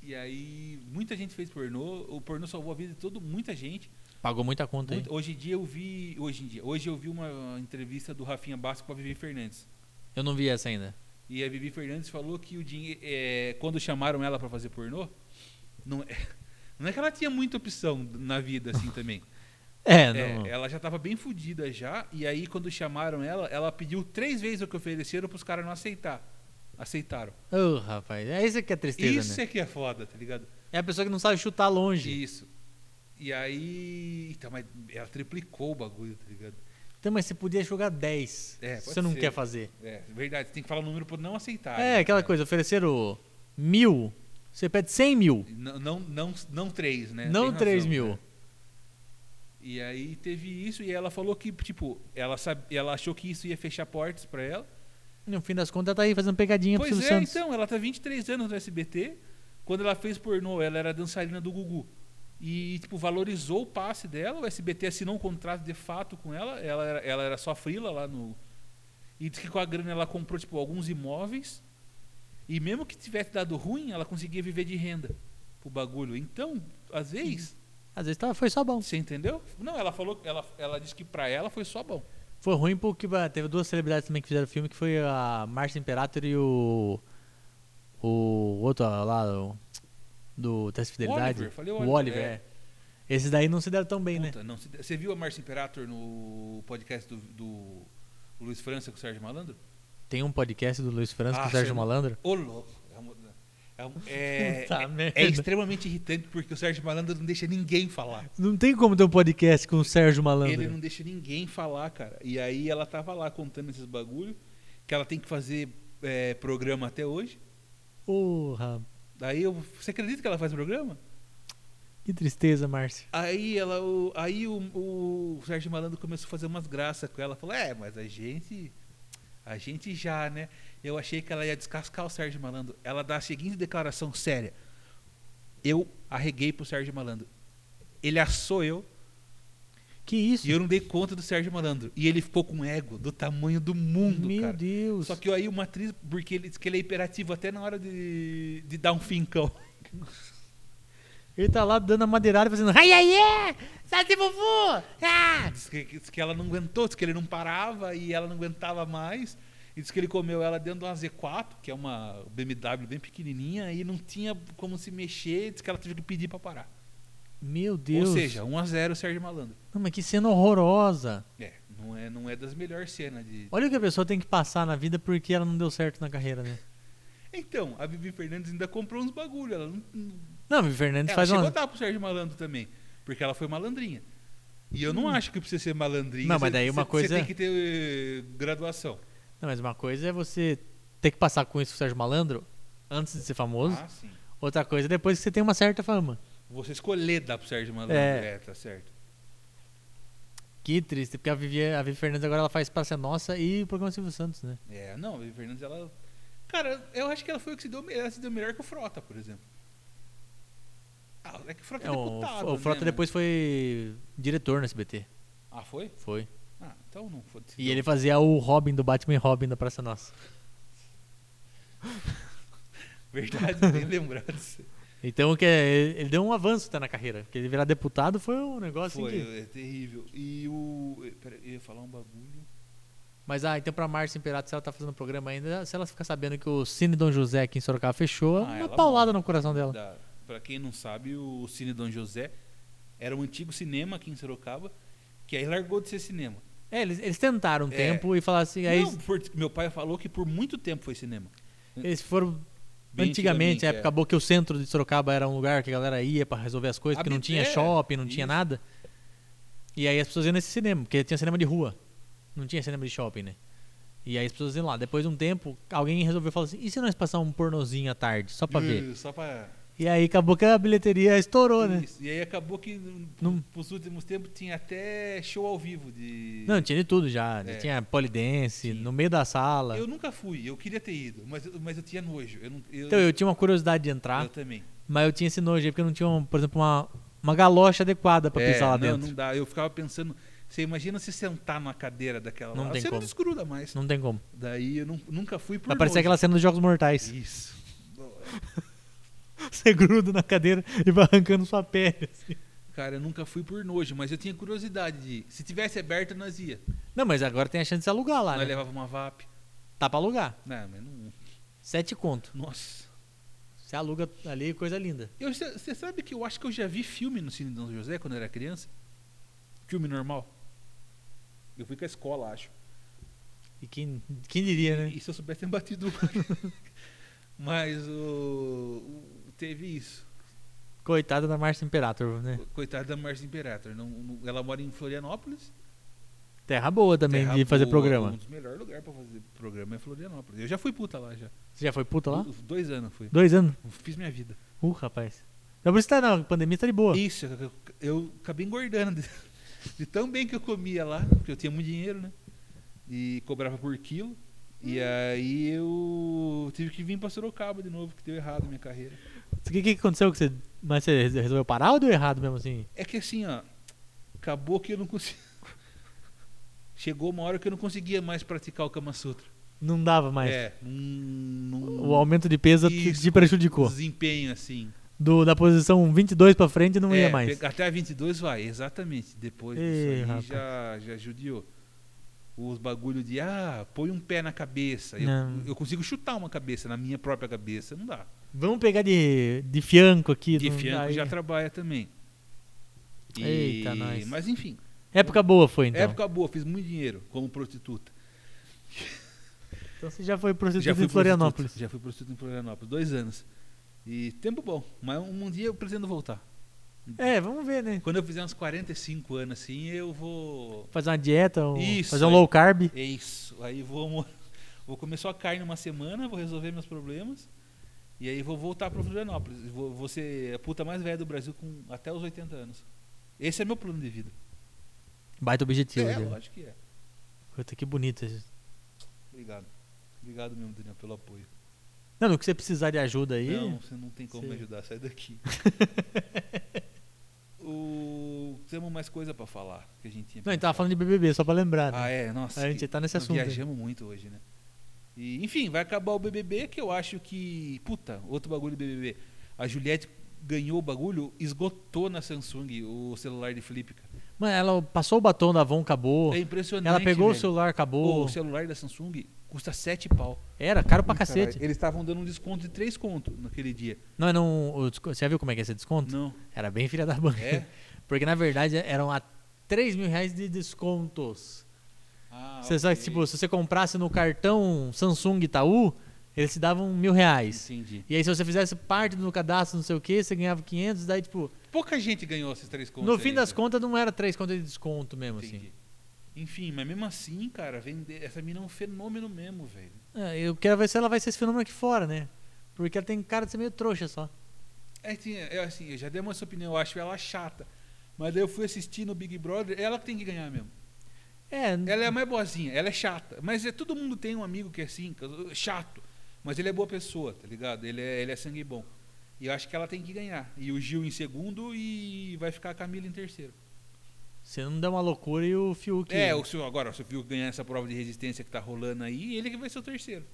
E aí, muita gente fez pornô. O pornô salvou a vida de todo, muita gente.
Pagou muita conta, hein?
Muita- hoje em dia eu vi. Hoje em dia. Hoje eu vi uma entrevista do Rafinha Basco com a Vivi Fernandes.
Eu não vi essa ainda.
E a Vivi Fernandes falou que o dinhe- é, quando chamaram ela para fazer pornô, não é, não é que ela tinha muita opção na vida assim também.
É,
É,
não.
ela já tava bem fodida já, e aí quando chamaram ela, ela pediu três vezes o que ofereceram pros caras não aceitar. Aceitaram.
Ô, rapaz, é isso que é tristeza,
Isso
né?
é que é foda, tá ligado?
É a pessoa que não sabe chutar longe.
Isso. E aí. Então, mas ela triplicou o bagulho, tá ligado?
Então, mas você podia jogar 10.
É,
se
pode
você não
ser. Ah,
quer fazer.
É, verdade, tem que falar o número pra não aceitar. né?
é, aquela coisa, ofereceram mil, você pede 100 mil,
Não, não, não, não três, né?
não
Tem
3
razão,
mil.
né? E aí teve isso, e ela falou que, tipo, ela, sabe, ela achou que isso ia fechar portas pra ela.
No fim das contas, ela tá aí fazendo pegadinha pro
pois
Silvio
é,
Santos.
então, ela tá 23 anos no SBT. Quando ela fez pornô, ela era dançarina do Gugu. E, tipo, valorizou o passe dela. O SBT assinou um contrato de fato com ela. Ela era, ela era só frila lá no. E disse que com a grana ela comprou, tipo, alguns imóveis. E mesmo que tivesse dado ruim, ela conseguia viver de renda. O bagulho. Então, às vezes.
Às vezes tá, foi só bom.
Você entendeu? Não, ela falou. Ela, ela disse que pra ela foi só bom.
Foi ruim porque bah, teve duas celebridades também que fizeram filme, que foi a Márcia Imperator e o. O outro ah, lá o- do Teste de Fidelidade.
Oliver, falei o
o
Oliver,
Oliver, é. Esses daí não se deram tão bem, né?
Puta, não, se- você viu a Márcia Imperator no podcast do, do Luiz França com o Sérgio Malandro?
Tem um podcast do Luiz França
Ah,
com o Sérgio
sei lá.
Malandro.
Ô, louco. É, uma- é um- é-
Puta
é-
merda.
é extremamente irritante porque o Sérgio Malandro não deixa ninguém falar.
Não tem como ter um podcast com o Sérgio Malandro.
Ele não deixa ninguém falar, cara. E aí ela tava lá contando esses bagulho que ela tem que fazer é, programa até hoje.
Porra,
Daí eu, você acredita que ela faz programa?
que tristeza, Márcia.
Aí ela, o, aí o, o Sérgio Malandro começou a fazer umas graças com ela. Falou, é, mas a gente. A gente já, né? Eu achei que ela ia descascar o Sérgio Malandro. Ela dá a seguinte declaração séria. Eu arreguei pro Sérgio Malandro. Ele assou eu
Que isso?
e eu não dei conta do Sérgio Malandro. E ele ficou com um ego do tamanho do mundo,
Meu
cara.
Deus.
Só que aí uma atriz, porque ele diz que ele é hiperativo até na hora de, de dar um fincão.
Ele tá lá dando a madeirada fazendo. Ai, ai, ai! Sai de fufu! Ah!
Diz que, diz que ela não aguentou, diz que ele não parava e ela não aguentava mais. E diz que ele comeu ela dentro de uma Z4, que é uma BMW bem pequenininha, e não tinha como se mexer, diz que ela teve que pedir pra parar.
Meu Deus.
Ou seja, 1 a 0 Sérgio Malandro.
Não, mas que cena horrorosa.
É, não é, não é das melhores cenas de.
Olha o que a pessoa tem que passar na vida porque ela não deu certo na carreira, né?
Então, a Vivi Fernandes ainda comprou uns bagulho, ela não, não-
Não, o Fernandes
ela
faz
É, chegou
uma.
a dar pro Sérgio Malandro também, porque ela foi malandrinha. E eu não acho que precisa ser malandrinha.
Hum. Não, mas
você-
daí uma
você-
coisa-
Você tem que ter eh, graduação.
Não, mas uma coisa é você ter que passar com isso com o Sérgio Malandro antes de ser famoso.
Ah, sim.
Outra coisa é depois que você tem uma certa fama.
Você escolher dar pro Sérgio Malandro.
É.
é tá certo.
Que triste, porque a Vivi, a Vivi Fernandes agora ela faz Praça é Nossa e o programa Silvio Santos, né?
É, não, a Vivi Fernandes, ela. Cara, eu acho que ela foi o que se deu, me- ela se deu melhor que o Frota, por exemplo. Ah, é que o Frota é,
É, o,
deputado.
o
né,
Frota
mas-
depois foi diretor no SBT.
Ah, foi?
Foi.
Ah, então não foi. se
E
deu-
ele fazia o Robin do Batman e Robin da Praça é Nossa.
Verdade, bem lembrado. disso.
Então que é- ele ele deu um avanço até na carreira. Porque ele virar deputado foi um negócio
Foi,
assim que...
é terrível. E o. Pera, eu ia falar um bagulho.
Mas ah, então pra Márcia Imperato, se ela tá fazendo programa ainda, se ela ficar sabendo que o Cine Dom José aqui em Sorocaba fechou,
Ah,
uma
ela
paulada no coração dela.
Da, pra quem não sabe, o Cine Dom José era um antigo cinema aqui em Sorocaba, que aí largou de ser cinema.
É, eles, eles tentaram um
É.
tempo e falaram assim, aí
Não, por- meu pai falou que por muito tempo foi cinema.
eles foram.
Bem
antigamente,
antigamente,
é,
é.
acabou que o centro de Sorocaba era um lugar que a galera ia pra resolver as coisas, porque não
Habit-
tinha
é,
shopping, não tinha
isso.
nada. E aí as pessoas iam nesse cinema, porque tinha cinema de rua. Não tinha cinema de shopping, né? E aí as pessoas iam lá. Depois de um tempo, alguém resolveu falar assim: e se nós passar um pornozinho à tarde, só pra ver?
Uh, Só pra.
E aí acabou que a bilheteria estourou, né?
Isso. E aí acabou que no-
Não-
nos últimos tempos tinha até show ao vivo de.
Não, tinha de tudo já.
É.
Tinha polidense,
Sim.
no meio da sala.
Eu nunca fui, eu queria ter ido, mas eu, mas eu tinha nojo. Eu, não, eu,
Então eu tinha uma curiosidade de entrar,
eu também.
mas eu tinha esse nojo aí, porque eu não tinha, um, por exemplo, uma, uma galocha adequada pra
É,
pisar lá
não,
dentro.
não dá. Eu ficava pensando, você imagina se sentar numa cadeira daquela
Não
lá,
tem
você
como.
não desgruda mais.
Não, tem como.
Daí eu nun- nunca fui por
Vai parecer
nojo.
aquela cena dos Jogos Mortais.
Isso.
Você gruda na cadeira e vai arrancando sua pele. assim.
Cara, eu nunca fui por nojo, mas eu tinha curiosidade de ir. Se tivesse aberto, nós ia.
Não, mas agora tem a chance de se alugar lá,
nós
né?
levava uma VAP.
Tá pra alugar.
Não, né, mas não.
Sete conto.
Nossa.
Você aluga ali, coisa linda.
Eu- cê- Você sabe que eu acho que eu já vi filme no Cine Dom José quando eu era criança? Filme normal? Eu fui com a escola, acho.
E quem, quem diria, né?
É, E se eu soubesse, tinha batido. Mas o, o- Teve isso.
Coitada da Márcia Imperator, né?
Coitada da Márcia Imperator. Não, não- ela mora em Florianópolis.
Terra boa também
Terra
de fazer
boa,
programa.
Um dos melhores lugares pra fazer programa é Florianópolis. Eu já fui puta lá já.
Você já foi puta lá?
Os Dois anos fui.
Dois anos?
Fiz minha vida.
Uh, rapaz. Não por isso tá na pandemia, tá de boa.
Isso, eu, eu- eu acabei engordando. De, de tão bem que eu comia lá, porque eu tinha muito dinheiro, né? E cobrava por quilo.
Hum.
E aí eu tive que vir pra Sorocaba de novo, que deu errado a minha carreira.
O que, que aconteceu que você. Mas você res- resolveu parar ou deu errado mesmo assim?
É que assim, ó, acabou que eu não consegui. Chegou uma hora que eu não conseguia mais praticar o Kama Sutra.
Não dava mais.
É, um,
O aumento de peso te-
Isso.
te prejudicou.
desempenho assim.
Do, da posição 22 pra frente não
É,
ia mais.
pega- Até a 22 vai, exatamente. Depois disso
Ih,
aí
rapaz.
já, já judiou. Os bagulho de, ah, põe um pé na cabeça. Eu,
Não.
eu consigo chutar uma cabeça na minha própria cabeça, não dá.
Vamos pegar de, de fianco aqui.
E
não-
Fianco
aí-
já trabalha também.
Eita, nós.
Mas enfim,
Época boa foi então.
época boa, fiz muito dinheiro como prostituta.
Então você já foi
já
prostituta
fui
em Florianópolis.
Prostituta, já fui prostituta em Florianópolis, dois anos. E tempo bom, mas um, um dia eu pretendo voltar.
É, vamos ver, né?
Quando eu fizer uns 45 anos assim, eu vou.
Fazer uma dieta, um-
Isso
fazer um
aí.
low carb.
É isso. Aí vou, mo- vou comer só carne uma semana, vou resolver meus problemas. E aí vou voltar para Florianópolis. E Vou, vou ser a puta mais velha do Brasil com até os 80 anos. Esse é meu plano de vida.
Baita objetivo.
é,
Diego.
lógico que é.
Puta, que bonito. isso.
Obrigado. Obrigado mesmo, Daniel, pelo apoio.
Não, no que você precisar de ajuda aí.
Não, você não tem como
Sim.
me ajudar. Sai daqui. o... Temos mais coisa para falar que a gente tinha
Não, então a gente
pensado.
tava falando de BBB, só pra lembrar. né?
Ah, é? Nossa.
A
que-
gente tá nesse
nós
assunto aí.
Viajamos muito hoje, né? E, enfim, vai acabar o BBB, que eu acho que. Puta, outro bagulho do BBB. A Juliette ganhou o bagulho, esgotou na Samsung o celular de Felipe. cara.
Mano, ela passou o batom da Avon, acabou.
Ah. É impressionante.
Ela pegou o
velho.
celular, acabou.
Pô, o celular da Samsung custa 7 pau.
Era caro pra cacete.
Caralho, Eles estavam dando um desconto de 3 conto naquele dia.
Não, era um, o desco- você já viu como é que é esse desconto?
Não.
Era bem filha da banca.
É?
Porque na verdade eram a 3 mil reais de descontos.
Ah,
você sabe que,
ok.
tipo, se você comprasse no cartão um Samsung Itaú, eles te davam mil reais.
Entendi.
E aí se você fizesse parte do cadastro, não sei o que, você ganhava 500, daí tipo,
Pouca gente ganhou esses 3 contos.
no fim
aí,
das
cara.
contas não era 3 contas de desconto mesmo, assim.
Entendi. Enfim, mas mesmo assim, cara, vender. Essa mina é um fenômeno mesmo, velho.
assim. É, eu quero ver se ela vai ser esse fenômeno aqui fora, né? Porque ela tem cara de ser meio trouxa só.
É assim, é assim, eu já dei uma sua opinião, eu acho ela chata. Mas daí eu fui assistir no Big Brother, ela que tem que ganhar mesmo.
É,
Ela é a mais boazinha, ela é chata. Mas é, todo mundo tem um amigo que é assim, que é chato. Mas ele é boa pessoa, tá ligado? Ele é, ele é sangue bom. E eu acho que ela tem que ganhar. E o Gil em segundo e vai ficar a Camila em terceiro.
você não deu uma loucura e o Fiuk.
É, o senhor, agora, se o Fiuk ganhar essa prova de resistência que tá rolando aí, ele que vai ser o terceiro.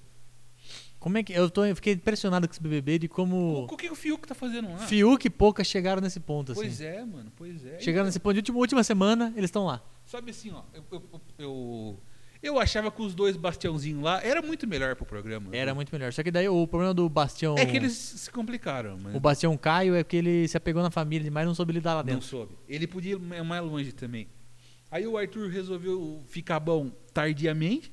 Como é que. Eu, tô, eu fiquei impressionado com esse BBB de como.
O, o que que o Fiuk tá fazendo lá?
Fiuk e Pouca chegaram nesse ponto, assim.
Pois é, mano, pois é.
Chegaram nesse ponto de última, última semana, eles estão lá.
Sabe assim, ó, eu, eu, eu, eu achava que os dois bastiãozinhos lá era muito melhor pro programa. né?
Era muito melhor. Só que daí o problema do Bastião.
Uhum. É que eles se complicaram, mas
O Bastião Caio é que ele se apegou na família demais não soube lidar lá
não
dentro.
soube. Ele podia ir ma- mais longe também. Aí o Arthur resolveu ficar bom tardiamente.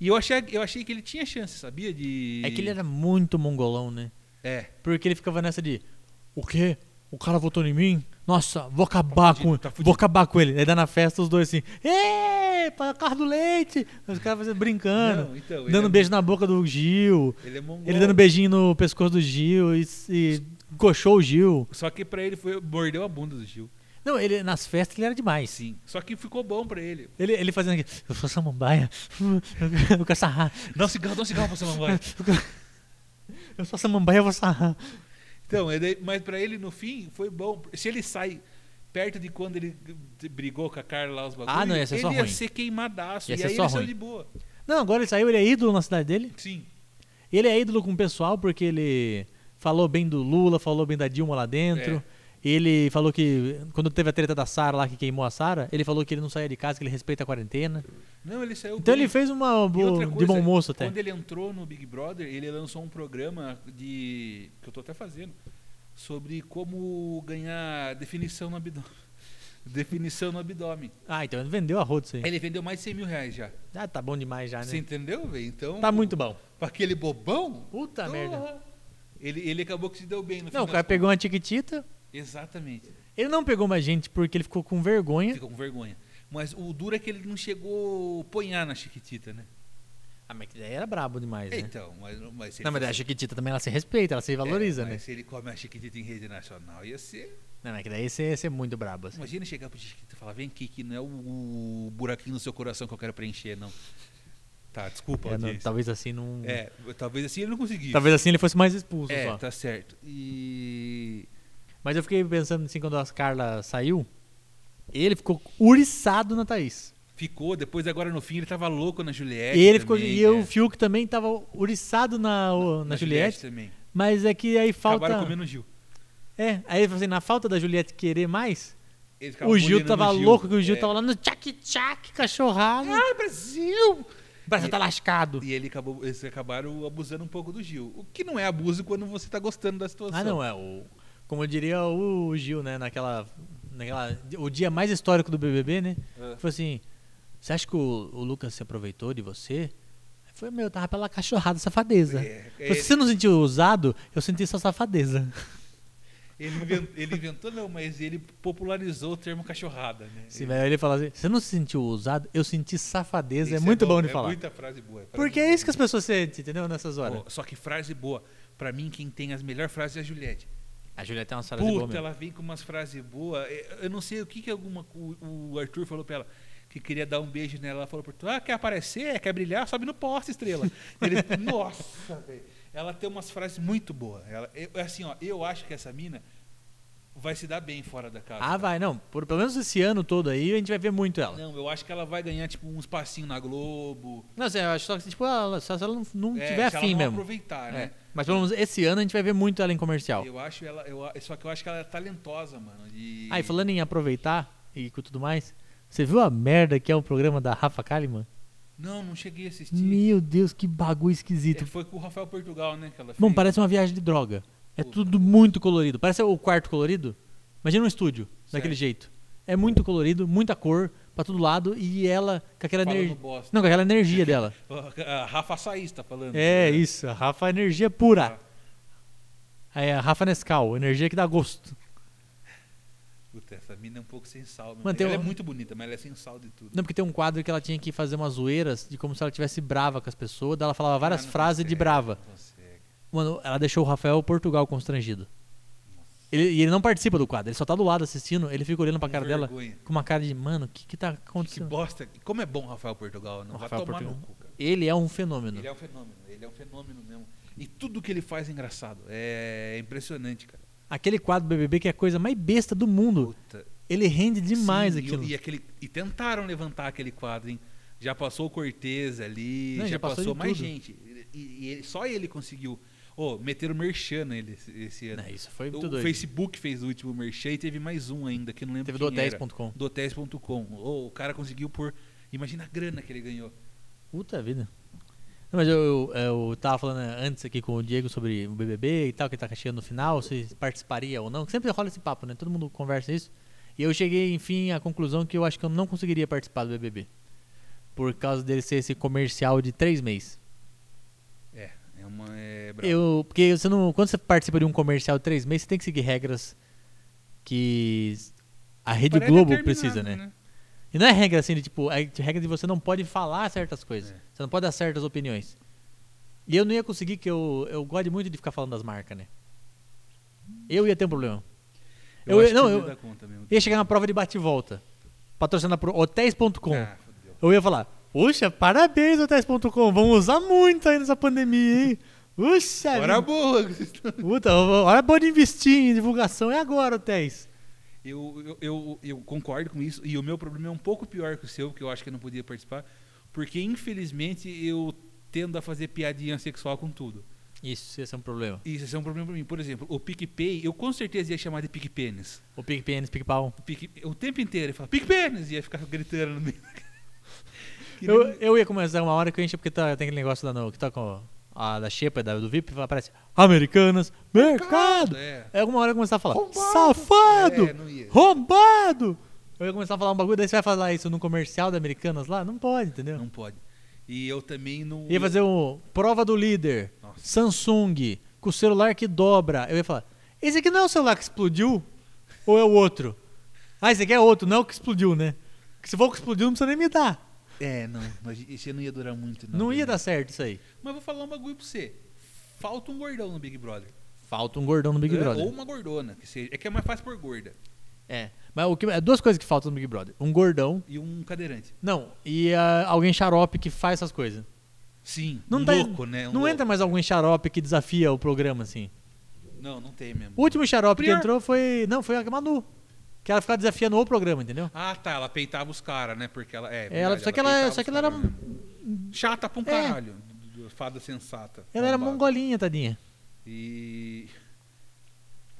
E eu achei, eu achei que ele tinha chance, sabia? De.
É que ele era muito mongolão, né?
É.
Porque ele ficava nessa de. O quê? O cara votou em mim? Nossa, vou acabar com
tá fudido.
Vou acabar com ele. Aí dá na festa os dois assim. Ê, para carro do leite! Os caras fazendo- brincando.
Não, então, ele
dando um
é-
beijo na boca do Gil.
Ele é mongol.
Ele dando um beijinho no pescoço do Gil e, e coxou o Gil.
Só que pra ele foi. Mordeu a bunda do Gil.
Não, ele nas festas ele era demais.
Sim. Só que ficou bom pra ele.
Ele, ele fazendo aqui, eu sou samambaia, eu quero sarrar,
Dá um cigarro, dá um cigarro pra você, mamãe.
eu sou samambaia, eu vou sarrar.
Então, ele- mas pra ele no fim foi bom. Se ele sai perto de quando ele brigou com a Carla lá os bagulhos,
Ah, não, ia ser
ele
só
ia
ruim.
ser queimadaço.
Ia
e
ser
aí
só
ele saiu
ruim.
de boa.
Não, agora ele saiu, ele é ídolo na cidade dele.
Sim.
Ele é ídolo com o pessoal porque ele falou bem do Lula, falou bem da Dilma lá dentro. Ele falou que, quando teve a treta da Sara lá, que queimou a Sara, ele falou que ele não saía de casa, que ele respeita a quarentena.
Não, ele saiu
Então
bem.
ele fez uma
E outra
boa, de
coisa,
bom moço até.
Quando ele entrou no Big Brother, ele lançou um programa de. que eu tô até fazendo. Sobre como ganhar definição no abdômen. definição no abdômen.
Ah, então ele vendeu a roda isso aí.
Ele vendeu mais de 100 mil reais já.
Ah, tá bom demais já, né?
Você entendeu, velho? Então.
Tá muito bom.
Pra aquele bobão.
Puta
porra,
merda.
Ele, ele acabou que se deu bem no
Não,
final
o cara
das
pegou uma tiquitita.
contas. Exatamente.
Ele não pegou mais gente porque ele ficou com vergonha.
Fica com vergonha. Mas o duro é que ele não chegou a ponhar na Chiquitita, né?
Ah, mas que daí era brabo demais, né?
Então, mas, mas se
Não, mas
fosse-
a chiquitita também ela se respeita, ela se valoriza,
É, mas
né?
Se ele come a Chiquitita em rede nacional, ia ser.
Não, mas que daí você ia ser muito brabo, assim.
Imagina chegar pro Chiquitita e falar: vem aqui, que não é o, o buraquinho no seu coração que eu quero preencher, não. Tá, desculpa,
É, não,
audiência.
talvez assim não.
É, talvez assim ele não conseguisse.
Talvez assim ele fosse mais expulso
É,
só.
tá certo. E.
Mas eu fiquei pensando assim quando a Carla saiu, ele ficou uriçado na Thaís.
Ficou, depois agora no fim ele tava louco na Juliette.
ele ficou
É, também,
e eu,
né?
o Fiuk também tava uriçado na, o- na, Juliette,
também.
mas é que aí falta
Acabaram comendo o Gil.
É, aí assim, na falta da Juliette querer mais,
Eles ficavam
o Gil
molhando no
tava louco que o Gil
É.
tava lá no tchac tchac cachorrado.
Ai, Ah, Brasil!
O Brasil tá lascado.
E ele acabou, eles acabaram abusando um pouco do Gil. O que não é abuso quando você tá gostando da situação.
Ah, não, é o. Como eu diria o Gil, né? Naquela. naquela o dia mais histórico do BBB, né?
É.
Foi assim: você acha que o, o Lucas se aproveitou de você? Foi meu, eu tava pela cachorrada safadeza.
É, é,
Você não sentiu usado? Eu senti só safadeza.
Ele, inven- ele inventou, não, mas ele popularizou o termo cachorrada, né?
Sim,
Ele-
velho, ele fala assim: você não se sentiu usado? Eu senti safadeza. É
isso
muito bom, de
é
falar.
Muita frase boa. frase
Porque é
boa.
isso que as pessoas sentem, entendeu? Nessas horas.
Pô, Só que frase boa. Pra mim, quem tem as melhores frases é a Juliette.
A Juliette é uma
Puta, ela vem com umas frases boas. É, Eu não sei o que que alguma. O, o Arthur falou pra ela que queria dar um beijo nela. Ela falou pra Arthur: ah, quer aparecer? Quer brilhar? Sobe no poste, estrela. Ele, nossa, velho. Ela tem umas frases muito boas. Ela, eu- é assim, ó, eu acho que essa mina vai se dar bem fora da casa.
Ah, vai, não. Por, pelo menos esse ano todo aí a gente vai ver muito ela.
Não, eu acho que ela vai ganhar, tipo, um espacinho na Globo.
Não, sei, eu acho só que tipo, ela, só se ela não, não
É,
tiver
se
afim
ela não
mesmo.
aproveitar,
É.
né?
Mas pelo menos esse ano a gente vai ver muito ela em comercial.
Eu acho ela. Eu, a- só que eu acho que ela é talentosa, mano. E...
Ah, e falando em aproveitar e com tudo mais, você viu a merda que é o programa da Rafa Kalimann?
Não, não cheguei a assistir.
Meu Deus, que bagulho
É,
esquisito.
foi com o Rafael Portugal, né? Que ela
Bom,
fez.
parece uma viagem de droga. É
Puta.
tudo muito colorido. Parece o quarto colorido. Imagina um estúdio, daquele
Certo.
jeito. É muito colorido, muita cor, pra todo lado, e ela com aquela
Falando
energia.
bosta.
Não, com aquela energia dela.
A Rafa Saís tá falando.
É, isso. A Rafa é energia
Tá.
pura. Aí a Rafa Nescau, energia que dá gosto.
Puta, essa mina é um pouco sem sal. Mano,
Mano, tem
ela
um-
é muito bonita, mas ela é sem sal de tudo.
Não, porque tem um quadro que ela tinha que fazer umas zoeiras de como se ela tivesse brava com as pessoas, daí ela falava várias
Ah, não
frases de
consegue,
brava.
não consegue.
Mano, ela deixou o Rafael Portugal constrangido. Ele, e ele não participa do quadro, ele só tá do lado assistindo, ele fica olhando pra
Com
cara
vergonha.
dela com uma cara de, mano, o que que tá
Que
acontecendo?
bosta. Como é bom Rafael Portugal, não
O
vai
Rafael
tomar
Portugal.
no cu, cara.
Ele é um fenômeno.
Ele é um fenômeno, ele é um fenômeno mesmo. E tudo que ele faz é engraçado. É impressionante, cara.
Aquele quadro do BBB que é a coisa mais besta do mundo,
Puta.
ele rende demais
Sim, e-
aquilo.
E, aquele, e tentaram levantar aquele quadro, hein? Já passou o Cortez ali,
Não,
já,
já passou
passou
de
mais
tudo.
gente. E, e ele- só ele conseguiu. Ô, meteram merchan nele esse, esse ano.
Não, isso foi muito
o
doido.
Facebook fez o último merchan e teve mais um ainda, que eu não lembro
Teve do
quem era.
hotéis.com.
Do hotéis.com. Ô, o cara conseguiu por... Imagina a grana que ele ganhou.
Puta vida. Não, mas eu, eu, eu tava falando né, antes aqui com o Diego sobre o BBB e tal, que tá chegando no final, se participaria ou não. que Sempre rola esse papo, né? Todo mundo conversa isso. E eu cheguei, enfim, à conclusão que eu acho que eu não conseguiria participar do BBB. Por causa dele ser esse comercial de três meses.
É, é uma... É brabo.
Eu, porque você não, quando você participa de um comercial de três meses, você tem que seguir regras que a Rede
Parece
Globo
determinado,
precisa, né? E não é regra assim de tipo, é de regra de você não pode falar certas coisas.
É.
Você não pode dar certas opiniões. E eu não ia conseguir, que eu, eu gosto muito de ficar falando das marcas, né? Eu ia ter um problema.
Eu,
Eu-
acho
não,
que
eu-
não ia dar conta mesmo.
Ia chegar uma prova de bate e volta. Patrocinada por hotéis.com.
Ah, fodeu.
Eu ia falar, puxa, parabéns, hotéis.com. Vamos usar muito aí nessa pandemia, hein? Puxa,
Hora
vida.
boa que vocês estão-
Puta, hora boa de investir em divulgação. É agora, hotéis.
Eu, eu, eu, eu concordo com isso. E o meu problema é um pouco pior que o seu, que eu acho que eu não podia participar. Porque, infelizmente, eu tendo a fazer piadinha sexual com tudo.
Isso, esse é um problema.
Isso esse é um problema pra mim. Por exemplo, o PicPay, eu com certeza ia chamar de PicPênis.
O PicPênis, PicPau.
O, Pic, o tempo inteiro ia falar, PicPênis! Ia ficar gritando no meio. Que nem-
Eu, eu ia começar uma hora que eu enchi, porque tá- tem aquele negócio lá no, que tá com a da Xepa, da, do VIP, aparece Americanas, Mercado.
É.
Aí alguma hora eu ia começar a falar,
Roubado.
safado,
É, não ia.
roubado. Eu ia começar a falar um bagulho, daí você vai falar isso num comercial da Americanas lá? Não pode, entendeu?
Não pode. E eu também não.
Ia fazer um prova do líder,
Nossa.
Samsung, com o celular que dobra. Eu ia falar, esse aqui não é o celular que explodiu ou é o outro? Ah, esse aqui é outro, não é o que explodiu, né? Porque se for o que explodiu, não precisa nem me dar.
É, não. mas Isso não ia durar muito, não.
Não ia dar certo isso aí.
Mas vou falar um bagulho pra você. Falta um gordão no Big Brother.
Falta um gordão no Big
É,
Brother.
Ou uma gordona. Que seja. É que é mais fácil por gorda.
É. Mas o que, é duas coisas que faltam no Big Brother. Um gordão.
E um cadeirante.
Não, e ah, alguém xarope que faz essas coisas.
Sim.
Não
um
tá-
louco, né? Um
não
louco.
entra mais alguém xarope que desafia o programa, assim.
Não, não tem mesmo.
O último xarope que
Prior.
entrou foi. Não, foi a Manu. Que ela ficava desafiando o programa, entendeu?
Ah, tá. Ela peitava os caras, né? Porque ela. É,
ela,
verdade,
só que ela,
peitava
só
os
que ela era,
caras, né? Chata pra um
É.
caralho. Fada sensata.
ela era
Arrombada.
mongolinha, tadinha.
E.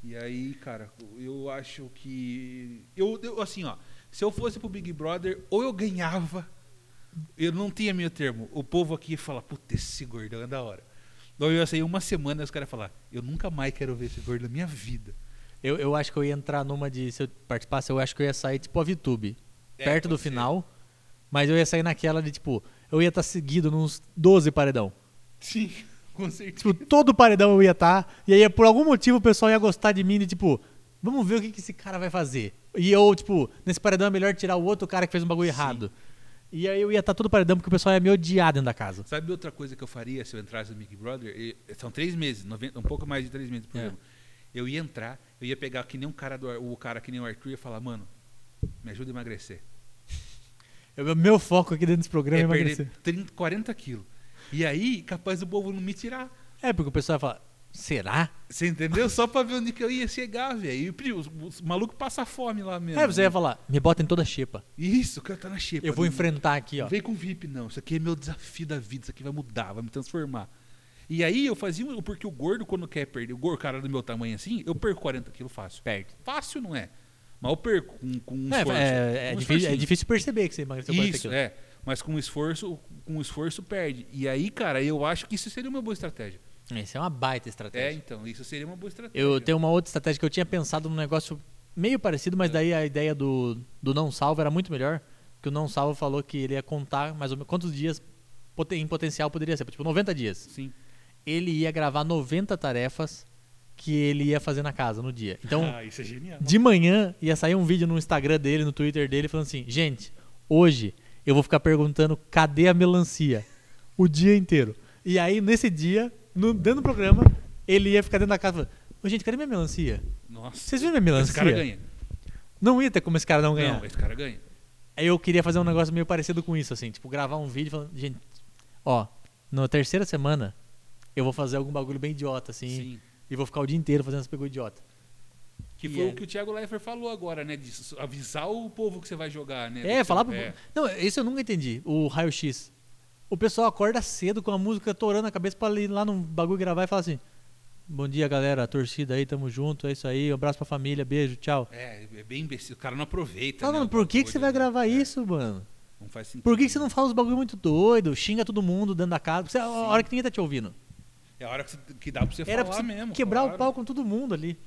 E aí, cara, eu acho que. Eu, eu, assim, ó. Se eu fosse pro Big Brother, ou eu ganhava. Eu não tinha meio termo. O povo aqui ia falar, puta, esse gordão é da hora. Daí eu ia sair uma semana e os caras iam falar, eu nunca mais quero ver esse gordo na minha vida.
Eu, eu acho que eu ia entrar numa de. Se eu participasse, eu acho que eu ia sair tipo a VTube.
É,
perto do
pode ser.
final. Mas eu ia sair naquela de tipo. Eu ia estar seguido nos 12 paredão.
Sim, com certeza.
Tipo, todo paredão eu ia estar. e aí, por algum motivo, o pessoal ia gostar de mim de tipo, vamos ver o que, que esse cara vai fazer. E eu, tipo, nesse paredão é melhor tirar o outro cara que fez um bagulho errado. E aí eu ia estar todo paredão porque o pessoal ia me odiar dentro da casa.
Sabe outra coisa que eu faria se eu entrasse no Big Brother? E- são três meses, noventa- um pouco mais de três meses do programa. Eu ia entrar, eu ia pegar que nem um cara do Ar- o cara que nem o Arthur e ia falar, mano, me ajuda a emagrecer.
Eu, meu foco aqui dentro desse programa é,
é
emagrecer.
perder 30, 40 quilos. E aí, capaz do povo não me tirar.
É, porque o pessoal ia falar, será?
Você entendeu? Só pra ver onde que eu ia chegar, velho. E o pri- os, os malucos passam fome lá mesmo. né?
É, você ia falar, me bota em toda a xepa.
Isso, o cara tá na xepa.
Eu vou
Não-
enfrentar aqui, ó.
Não vem com VIP, não. Isso aqui é meu desafio da vida. Isso aqui vai mudar, vai me transformar. E aí eu fazia. um- Porque o gordo, quando quer perder, o gordo, o cara do meu tamanho assim, eu perco 40 quilos fácil.
Perde.
Fácil não é. Mas eu perco com, com um
É,
esforço.
é, é
Um
difícil, é
esforcinho.
difícil perceber que você emagreceu 40
Isso,
quilos.
é. Mas com esforço, com esforço perde. E aí, cara, eu acho que isso seria uma boa estratégia.
Isso é uma baita
É,
estratégia.
então, isso seria uma boa estratégia.
Eu tenho uma outra estratégia que eu tinha pensado num negócio meio parecido, mas daí a ideia do, do não salvo era muito melhor. Que o não salvo falou que ele ia contar mais ou menos quantos dias poten- em potencial poderia ser, tipo 90 dias.
Sim.
Ele ia gravar 90 tarefas que ele ia fazer na casa no dia. Então,
ah, isso é genial.
de manhã ia sair um vídeo no Instagram dele, no Twitter dele, falando assim: gente, hoje eu vou ficar perguntando cadê a melancia o dia inteiro. E aí, nesse dia, no- dentro do programa, ele ia ficar dentro da casa falando: Ô, gente, cadê minha melancia?
Nossa.
Vocês viram minha melancia?
Esse cara ganha.
Não ia ter como esse cara não ganhar.
Não, esse cara ganha.
Aí eu queria fazer um negócio meio parecido com isso, assim, tipo, gravar um vídeo falando, gente, ó, na terceira semana eu vou fazer algum bagulho bem idiota, assim,
Sim.
e vou ficar o dia inteiro fazendo essas bagulho idiota.
Que
E
foi
é.
o que o Thiago Leifert falou agora, né? De s- avisar o povo que você vai jogar, né?
É,
Que
falar
você-
pro...
é.
Não, isso eu nunca entendi, o raio-x. O pessoal acorda cedo com a música torando a cabeça pra ir lá num bagulho gravar e falar assim, bom dia, galera, torcida aí, tamo junto, é isso aí, um abraço pra família, beijo, tchau.
É, é bem imbecil. O cara não aproveita.
Tá,
né,
mano,
o
por que, que
bagulho,
você vai
né?
gravar
É,
isso, mano?
Não faz sentido.
Por que, que você não fala os bagulho muito doido? Xinga todo mundo dentro da casa. Porque é a hora que ninguém tá te ouvindo.
É a hora que, você- que dá pra você
Era pra
falar
você
mesmo.
quebrar
claro.
o pau com todo mundo ali.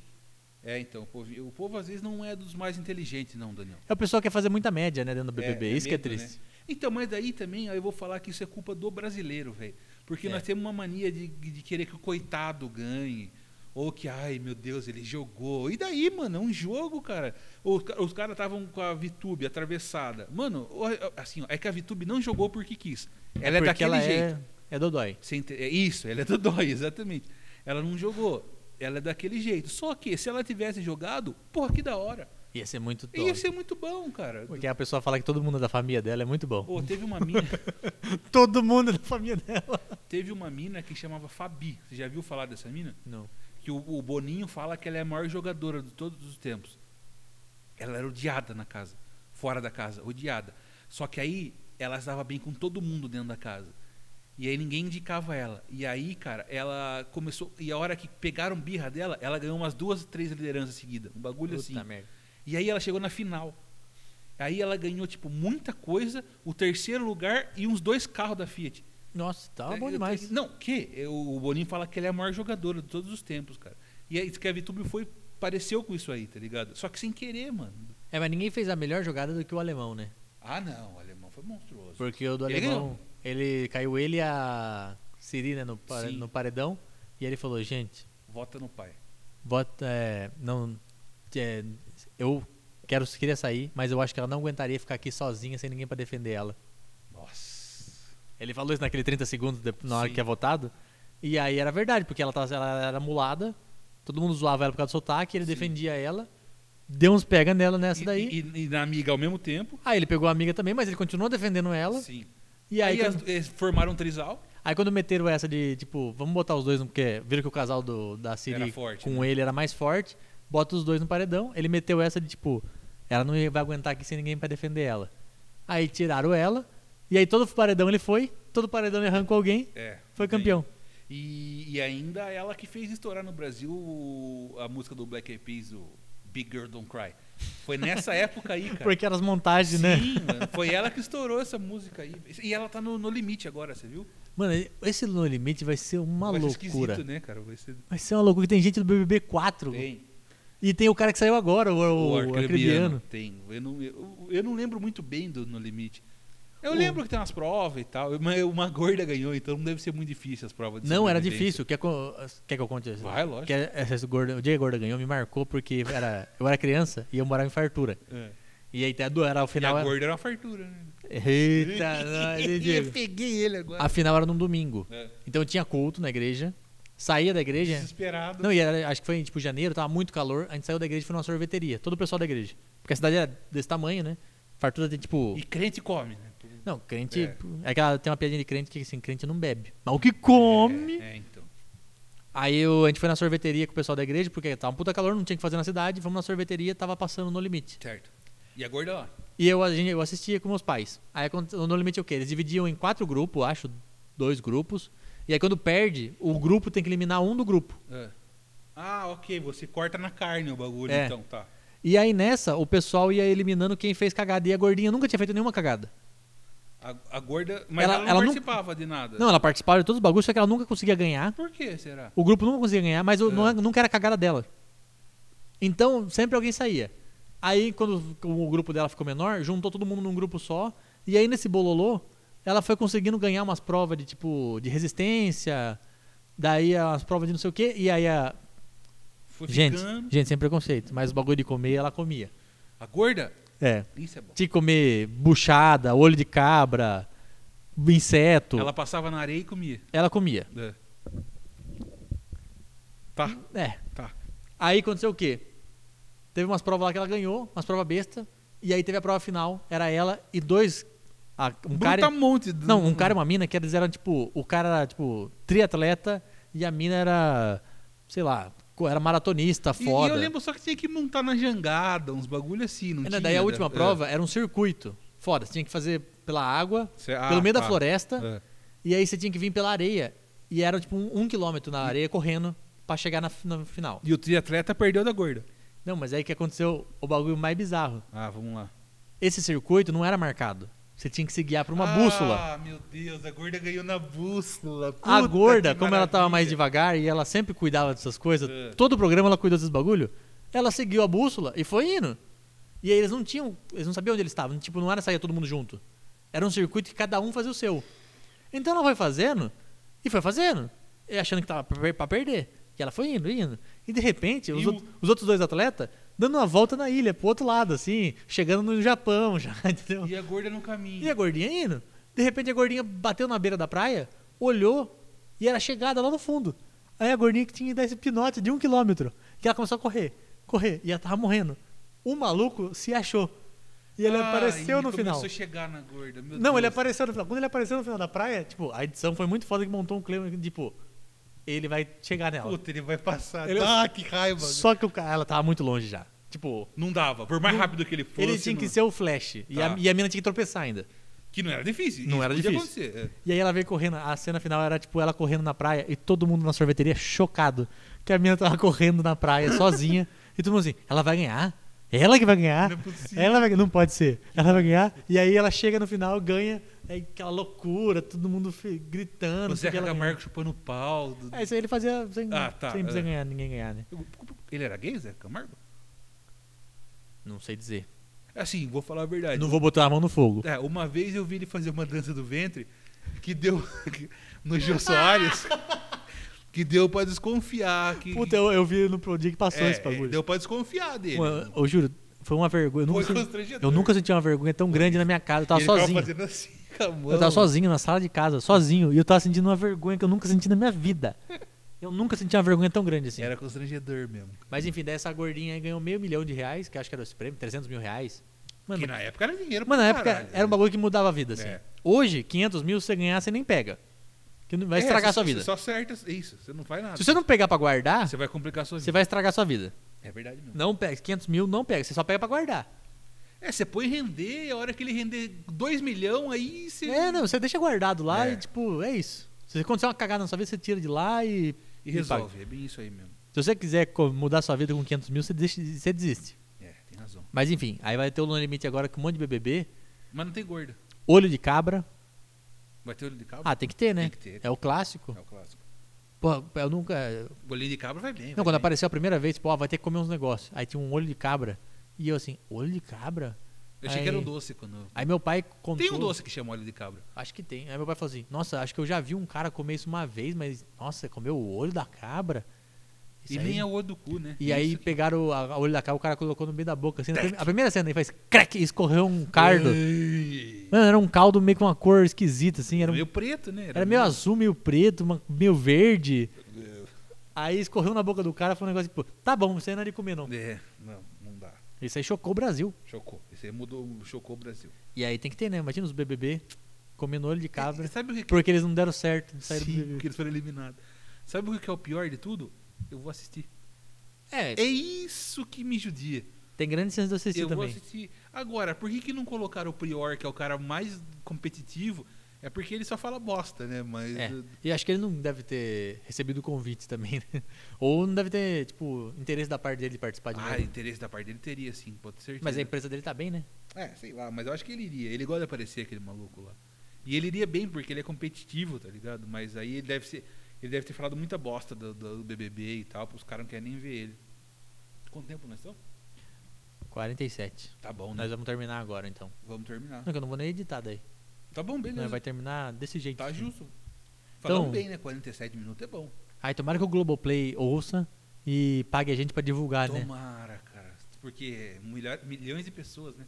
É, então. O povo, o povo às vezes não é dos mais inteligentes, não, Daniel.
É o pessoal que quer fazer muita média, né, dentro do BBB. Isso que é
medo, né?
triste.
Então, mas daí também aí eu vou falar que isso é culpa do brasileiro, velho. Porque
É.
nós temos uma mania de, de querer que o coitado ganhe. Ou que, ai meu Deus, ele jogou. E daí, mano, é um jogo, cara. Os, ca- os caras estavam com a Vitube atravessada. Mano, o- assim, ó, é que a Vitube não jogou porque quis. Ela é,
Porque
daquele
ela
jeito.
É, é dodói.
Você ente- É isso, ela é do dói, exatamente. Ela não jogou. Ela é daquele jeito. Só que se ela tivesse jogado, porra, que da hora.
Ia ser muito top.
Ia ser muito bom, cara.
Porque a pessoa fala que todo mundo é da família dela, é muito bom.
Pô, teve uma mina.
Todo mundo é da família dela.
Teve uma mina que chamava Fabi. Você já viu falar dessa mina?
Não.
Que o, o Boninho fala que ela é a maior jogadora de todos os tempos. Ela era odiada na casa, fora da casa, odiada. Só que aí ela estava bem com todo mundo dentro da casa. E aí ninguém indicava ela. E aí, cara, ela começou. E a hora que pegaram birra dela, ela ganhou umas duas, três lideranças seguidas. Um bagulho assim.
Puta merda.
E aí ela chegou na final. Aí ela ganhou, tipo, muita coisa, o terceiro lugar e uns dois carros da Fiat.
Nossa, tava
É,
Ah, bom
eu-
demais.
Não, que eu- o Boninho fala que ele é a maior jogadora de todos os tempos, cara. E aí diz que a Vitube foi pareceu com isso aí, tá ligado? Só que sem querer, mano.
É, mas ninguém fez a melhor jogada do que o alemão, né?
Ah, não, o alemão foi monstruoso.
Porque o do
Ele
alemão, ele caiu ele e a Siri, né, no, pa-
Sim.
no paredão. E ele falou, gente,
Vota no pai.
vota. é, não. é, eu quero queria sair, mas eu acho que ela não aguentaria ficar aqui sozinha sem ninguém pra defender ela.
Nossa.
Ele falou isso naquele 30 segundos de- na hora
Sim.
que é votado. E aí era verdade, porque ela, tava, ela era mulada, todo mundo zoava ela por causa do sotaque, ele
Sim.
defendia ela, deu uns pega nela nessa
E-
daí.
E, e na amiga ao mesmo tempo.
Aí ele pegou a amiga também, mas ele continuou defendendo ela.
Sim.
E aí,
aí
quando,
as- eles formaram um trisal.
aí quando meteram essa de, tipo, vamos botar os dois, no- porque viram que o casal do, da Siri
Era forte, né?
com ele era mais forte, bota os dois no paredão. Ele meteu essa de, tipo, ela não vai aguentar aqui sem ninguém pra defender ela. Aí tiraram ela, e aí todo paredão ele foi, todo paredão ele arrancou alguém,
É.
foi
bem.
campeão.
E, e ainda ela que fez estourar no Brasil o- a música do Black Eyed Peas, o Big Girl Don't Cry. Foi nessa época aí, cara.
Porque eram as montagens,
Sim,
né?
mano, foi ela que estourou essa música aí. E ela tá no, no limite agora, você viu?
Mano, esse No Limite vai ser uma
Vai ser
loucura.
esquisito, né, cara? Vai ser...
Vai ser uma loucura. Tem gente do BBB 4.
Tem.
E tem o cara que saiu agora, o, o,
O
Arcrebiano.
Arcrebiano. Tem. Eu não, eu, eu não lembro muito bem do No Limite. Eu
O-
lembro que tem umas provas e tal. Mas uma gorda ganhou, então não deve ser muito difícil as provas. de
Não, era
sobrevivência.
difícil. Quer, co- quer que eu conte? essa?
Vai, lógico.
Que essa gorda, o dia que a gorda ganhou me marcou porque era, eu era criança e eu morava em Fartura.
É.
E aí até do- era o
E
final.
a
era-
gorda era uma fartura, né?
Eita, não, ele,
eu
Diego.
peguei ele agora.
A final era num domingo.
É.
Então eu tinha culto na igreja. Saía da igreja.
Desesperado.
Não, e era, acho que foi em tipo janeiro, tava muito calor. A gente saiu da igreja e foi numa sorveteria. Todo o pessoal da igreja. Porque a cidade era desse tamanho, né? Fartura tem tipo.
E crente come, né?
Não, crente.
É.
É. aquela, tem uma piadinha de crente que assim, crente não bebe. Mas o que come.
É, é, então.
Aí eu- a gente foi na sorveteria com o pessoal da igreja, porque tava um puta calor, não tinha o que fazer na cidade. Fomos na sorveteria, tava passando no limite.
Certo. E a gorda lá?
E eu, a gente- eu assistia com meus pais. Aí aconte- o no limite é o quê? Eles dividiam em quatro grupos, acho, dois grupos. E aí quando perde, o grupo tem que eliminar um do grupo.
É. Ah, ok. Você corta na carne o bagulho,
É.
então, tá.
E aí nessa, o pessoal ia eliminando quem fez cagada. E a gordinha nunca tinha feito nenhuma cagada.
A, a gorda. Mas
Ela-
ela, não
ela não-
participava de nada.
Não, ela participava de todos os bagulhos, só que ela nunca conseguia ganhar.
Por que será?
O grupo nunca conseguia ganhar, mas o-
É.
não- nunca era cagada dela. Então, sempre alguém saía. Aí, quando o grupo dela ficou menor, juntou todo mundo num grupo só. E aí, nesse bololô, ela foi conseguindo ganhar umas provas de tipo de resistência, daí as provas de não sei o quê. E aí a.
Foi
Gente,
ficando.
gente, sem preconceito. Mas o bagulho de comer, ela comia.
A gorda?
É.
Isso é bom.
Tinha que comer buchada, olho de cabra, inseto.
Ela passava na areia e comia.
ela comia.
É. Tá,
É.
tá.
Aí aconteceu o quê? Teve umas provas lá que ela ganhou, umas provas besta, e aí teve a prova final, era ela e dois. a- um cara.
monte. do-
Não, um cara e uma mina que eles eram, tipo, o cara era, tipo, triatleta e a mina era, sei lá, co- era maratonista,
E, e
foda.
eu lembro só que tinha que montar na jangada, uns bagulho assim, não
Ainda
tinha.
daí a
né?
última
É.
prova era um circuito. Foda, você tinha que fazer pela água,
Cê- ah,
pelo meio da
tá.
floresta,
É.
e aí você tinha que vir pela areia. E era, tipo, um, um quilômetro na areia correndo pra chegar na, fi- na final.
E o triatleta perdeu da gorda.
Não, mas aí que aconteceu o bagulho mais bizarro.
Ah, vamos lá.
esse circuito não era marcado. Você tinha que se guiar por uma
ah,
bússola.
meu Deus, a gorda ganhou na bússola.
A
Puta
gorda,
que
como ela tava mais
maravilha.
devagar e ela sempre cuidava dessas coisas,
É.
todo o programa ela cuidou desses bagulho, ela seguiu a bússola e foi indo. E aí eles não tinham, eles não sabiam onde eles estavam, tipo, não era sair todo mundo junto. Era um circuito que cada um fazia o seu. Então ela foi fazendo e foi fazendo, e achando que tava pra per- pra perder. E ela foi indo, indo. E de repente, os,
E o-
out- os outros dois atletas dando uma volta na ilha, pro outro lado, assim, chegando no Japão já, entendeu?
E a gorda no caminho.
E a gordinha indo. De repente a gordinha bateu na beira da praia, olhou e era chegada lá no fundo. Aí a gordinha que tinha que dar esse pinote de um quilômetro. Que ela começou a correr, correr, e ela tava morrendo. O maluco se achou. E ele
Ah,
apareceu
e
no final.
começou a chegar na gorda. meu
Não, ele
Deus.
apareceu no final. Quando ele apareceu no final da praia, tipo, a edição foi muito foda que montou um clima, tipo, ele vai chegar nela.
Puta, ele vai passar.
Ele-
Ah, que raiva.
Só que o cara, ela tava muito longe já. Tipo,
Não dava. Por mais rápido que ele fosse.
ele tinha que
não-
ser o Flash. E, a,
Tá.
e a mina tinha que tropeçar ainda.
Que não era difícil.
Não
isso
era
podia
difícil.
acontecer,
E aí ela veio correndo, a cena final era tipo ela correndo na praia e todo mundo na sorveteria chocado que a menina tava correndo na praia sozinha e todo mundo assim, ela vai ganhar? Ela que vai ganhar?
Não é possível.
Ah, ela vai, não pode ser. Ela vai ganhar e aí ela chega no final, ganha, é aquela loucura, todo mundo fi-
é.
gritando.
O
porque
Zeca
ela ganhou.
Camargo chupando pau. do-
É, isso aí ele fazia sem,
Ah, tá,
sem precisar
é.
ganhar, ninguém ganhar, né?
Ele era gay, Zeca Camargo?
Não sei dizer.
Assim, vou falar a verdade.
Não vou botar a mão no fogo.
É, uma vez eu vi ele fazer uma dança do ventre que deu no Jô Soares, que deu pra desconfiar que
Puta, eu, eu vi no pro dia que passou
é,
esse bagulho.
deu pra desconfiar dele.
Uma- eu juro, foi uma vergonha. Eu nunca,
Foi
senti-
constrangedor.
eu nunca senti uma vergonha tão grande na minha casa. Eu tava
ele
Tá sozinho.
Tava fazendo assim, com a mão.
Eu tava sozinho na sala de casa, sozinho, e eu tava sentindo uma vergonha que eu nunca senti na minha vida. Eu nunca senti uma vergonha tão grande assim.
Era constrangedor mesmo.
Mas enfim, daí essa gordinha aí ganhou meio milhão de reais, que eu acho que era esse prêmio, 300 mil reais. Mano,
que na época era dinheiro pra
mano, na época
caralho,
era um
né?
bagulho que mudava a vida, assim.
É.
Hoje, 500 mil, se você ganhar, você nem pega. Que não- vai
É,
estragar
você-
a sua vida.
Você só acerta isso, você não faz nada.
Se você não pegar pra guardar,
Você vai complicar a sua
você
vida.
vai estragar a sua vida.
É verdade mesmo.
Não pega, 500 mil não pega, você só pega pra guardar.
É, você põe render, a hora que ele render 2 milhões, aí você.
É, não, você deixa guardado lá
É.
e tipo, é isso. Se acontecer uma cagada na sua vida, você tira de lá e...
E
paga.
resolve. É bem isso aí mesmo.
Se você quiser co- mudar sua vida com 500 mil, você, deixa- você desiste.
É, tem razão.
Mas enfim, aí vai ter o No Limite agora com um monte de BBB.
Mas não tem gorda.
Olho de cabra.
Vai ter olho de cabra?
Ah, tem que ter, né?
Tem que ter.
É o clássico.
É o clássico.
Pô, eu nunca.
Bolinho de cabra vai bem.
Não,
vai
quando
bem.
apareceu a primeira vez, tipo, ó, vai ter que comer uns negócios. Aí tinha um olho de cabra. E eu assim, olho de cabra?
Eu achei que era
Aí-
um doce quando. eu-
Aí meu pai contou.
Tem um doce que chama óleo de cabra.
Acho que tem. Aí meu pai falou assim: Nossa, acho que eu já vi um cara comer isso uma vez, mas nossa, comeu o olho da cabra? Isso
e
aí-
nem é o olho do cu, né?
E aí
Isso.
pegaram o a- o olho da cabra, o cara colocou no meio da boca. Assim, na prim- a primeira cena aí faz crack, e escorreu um cardo.
É. Ei.
Mano, era um caldo meio com uma cor esquisita, assim. Era,
Era meio preto, né?
era meio azul, meio preto, uma- meio verde. Aí escorreu na boca do cara, foi um negócio tipo, tá bom, você não é de comer não.
É, não, não dá.
Isso aí chocou o Brasil.
Chocou. Esse aí mudou, chocou o Brasil.
E aí tem que ter, né? Imagina os BBB comendo olho de cabra.
E Sabe o que é? que
Porque eles não deram certo de sair do
Sim, porque
BBB.
eles foram eliminados. Sabe o que que é o pior de tudo? Eu vou assistir.
É,
É isso que me judia.
tem grande chance de eu assistir
eu vou
também.
assistir. Agora, por que, que não colocaram o Prior, que é o cara mais competitivo? É porque ele só fala bosta, né? Mas.
É.
uh,
E acho que ele não deve ter recebido o convite também, né? Ou não deve ter, tipo, interesse da parte dele de participar de um
Ah,
novo.
interesse da parte dele teria, sim, pode ser.
Mas a empresa dele tá bem, né?
É, sei lá, mas eu acho que ele iria. Ele gosta de aparecer aquele maluco lá. E ele iria bem, porque ele é competitivo, tá ligado? Mas aí ele deve ser. Ele deve ter falado muita bosta do, do BBB e tal, os caras não querem nem ver ele. Quanto tempo nós estamos?
47.
Tá bom, né?
Nós vamos terminar agora, então.
Vamos terminar.
Não, que eu não vou nem editar daí.
Tá bom,
Né,
beleza.
vai terminar desse jeito.
Tá
assim.
justo.
Então-
Falando bem, né? 47 minutos é bom.
Ai, tomara que o Globoplay ouça e pague a gente pra divulgar, né?
Tomara, cara. Porque milha- milhões de pessoas, né?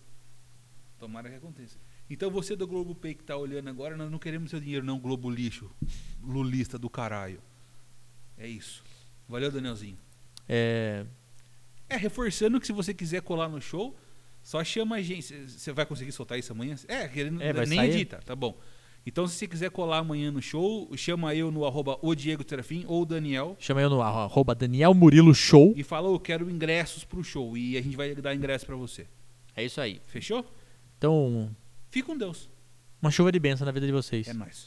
Tomara que aconteça. Então você do Globo Pay que tá olhando agora, nós não queremos seu dinheiro, não, Globo lixo. Lulista do caralho. É isso. Valeu, Danielzinho.
É,
É, reforçando que se você quiser colar no show, só chama a gente. Você vai conseguir soltar isso amanhã? É, que ele
É, vai
nem
sair?
edita, tá bom. Então, se você quiser colar amanhã no show, chama eu no arroba o Diego Terafim ou o Daniel
chama eu no arroba Daniel Murilo Show.
e fala, eu quero ingressos pro show. E a gente vai dar ingresso pra você.
É isso aí.
Fechou?
Então,
Fique com Deus.
uma chuva de bênção na vida de vocês.
É nóis.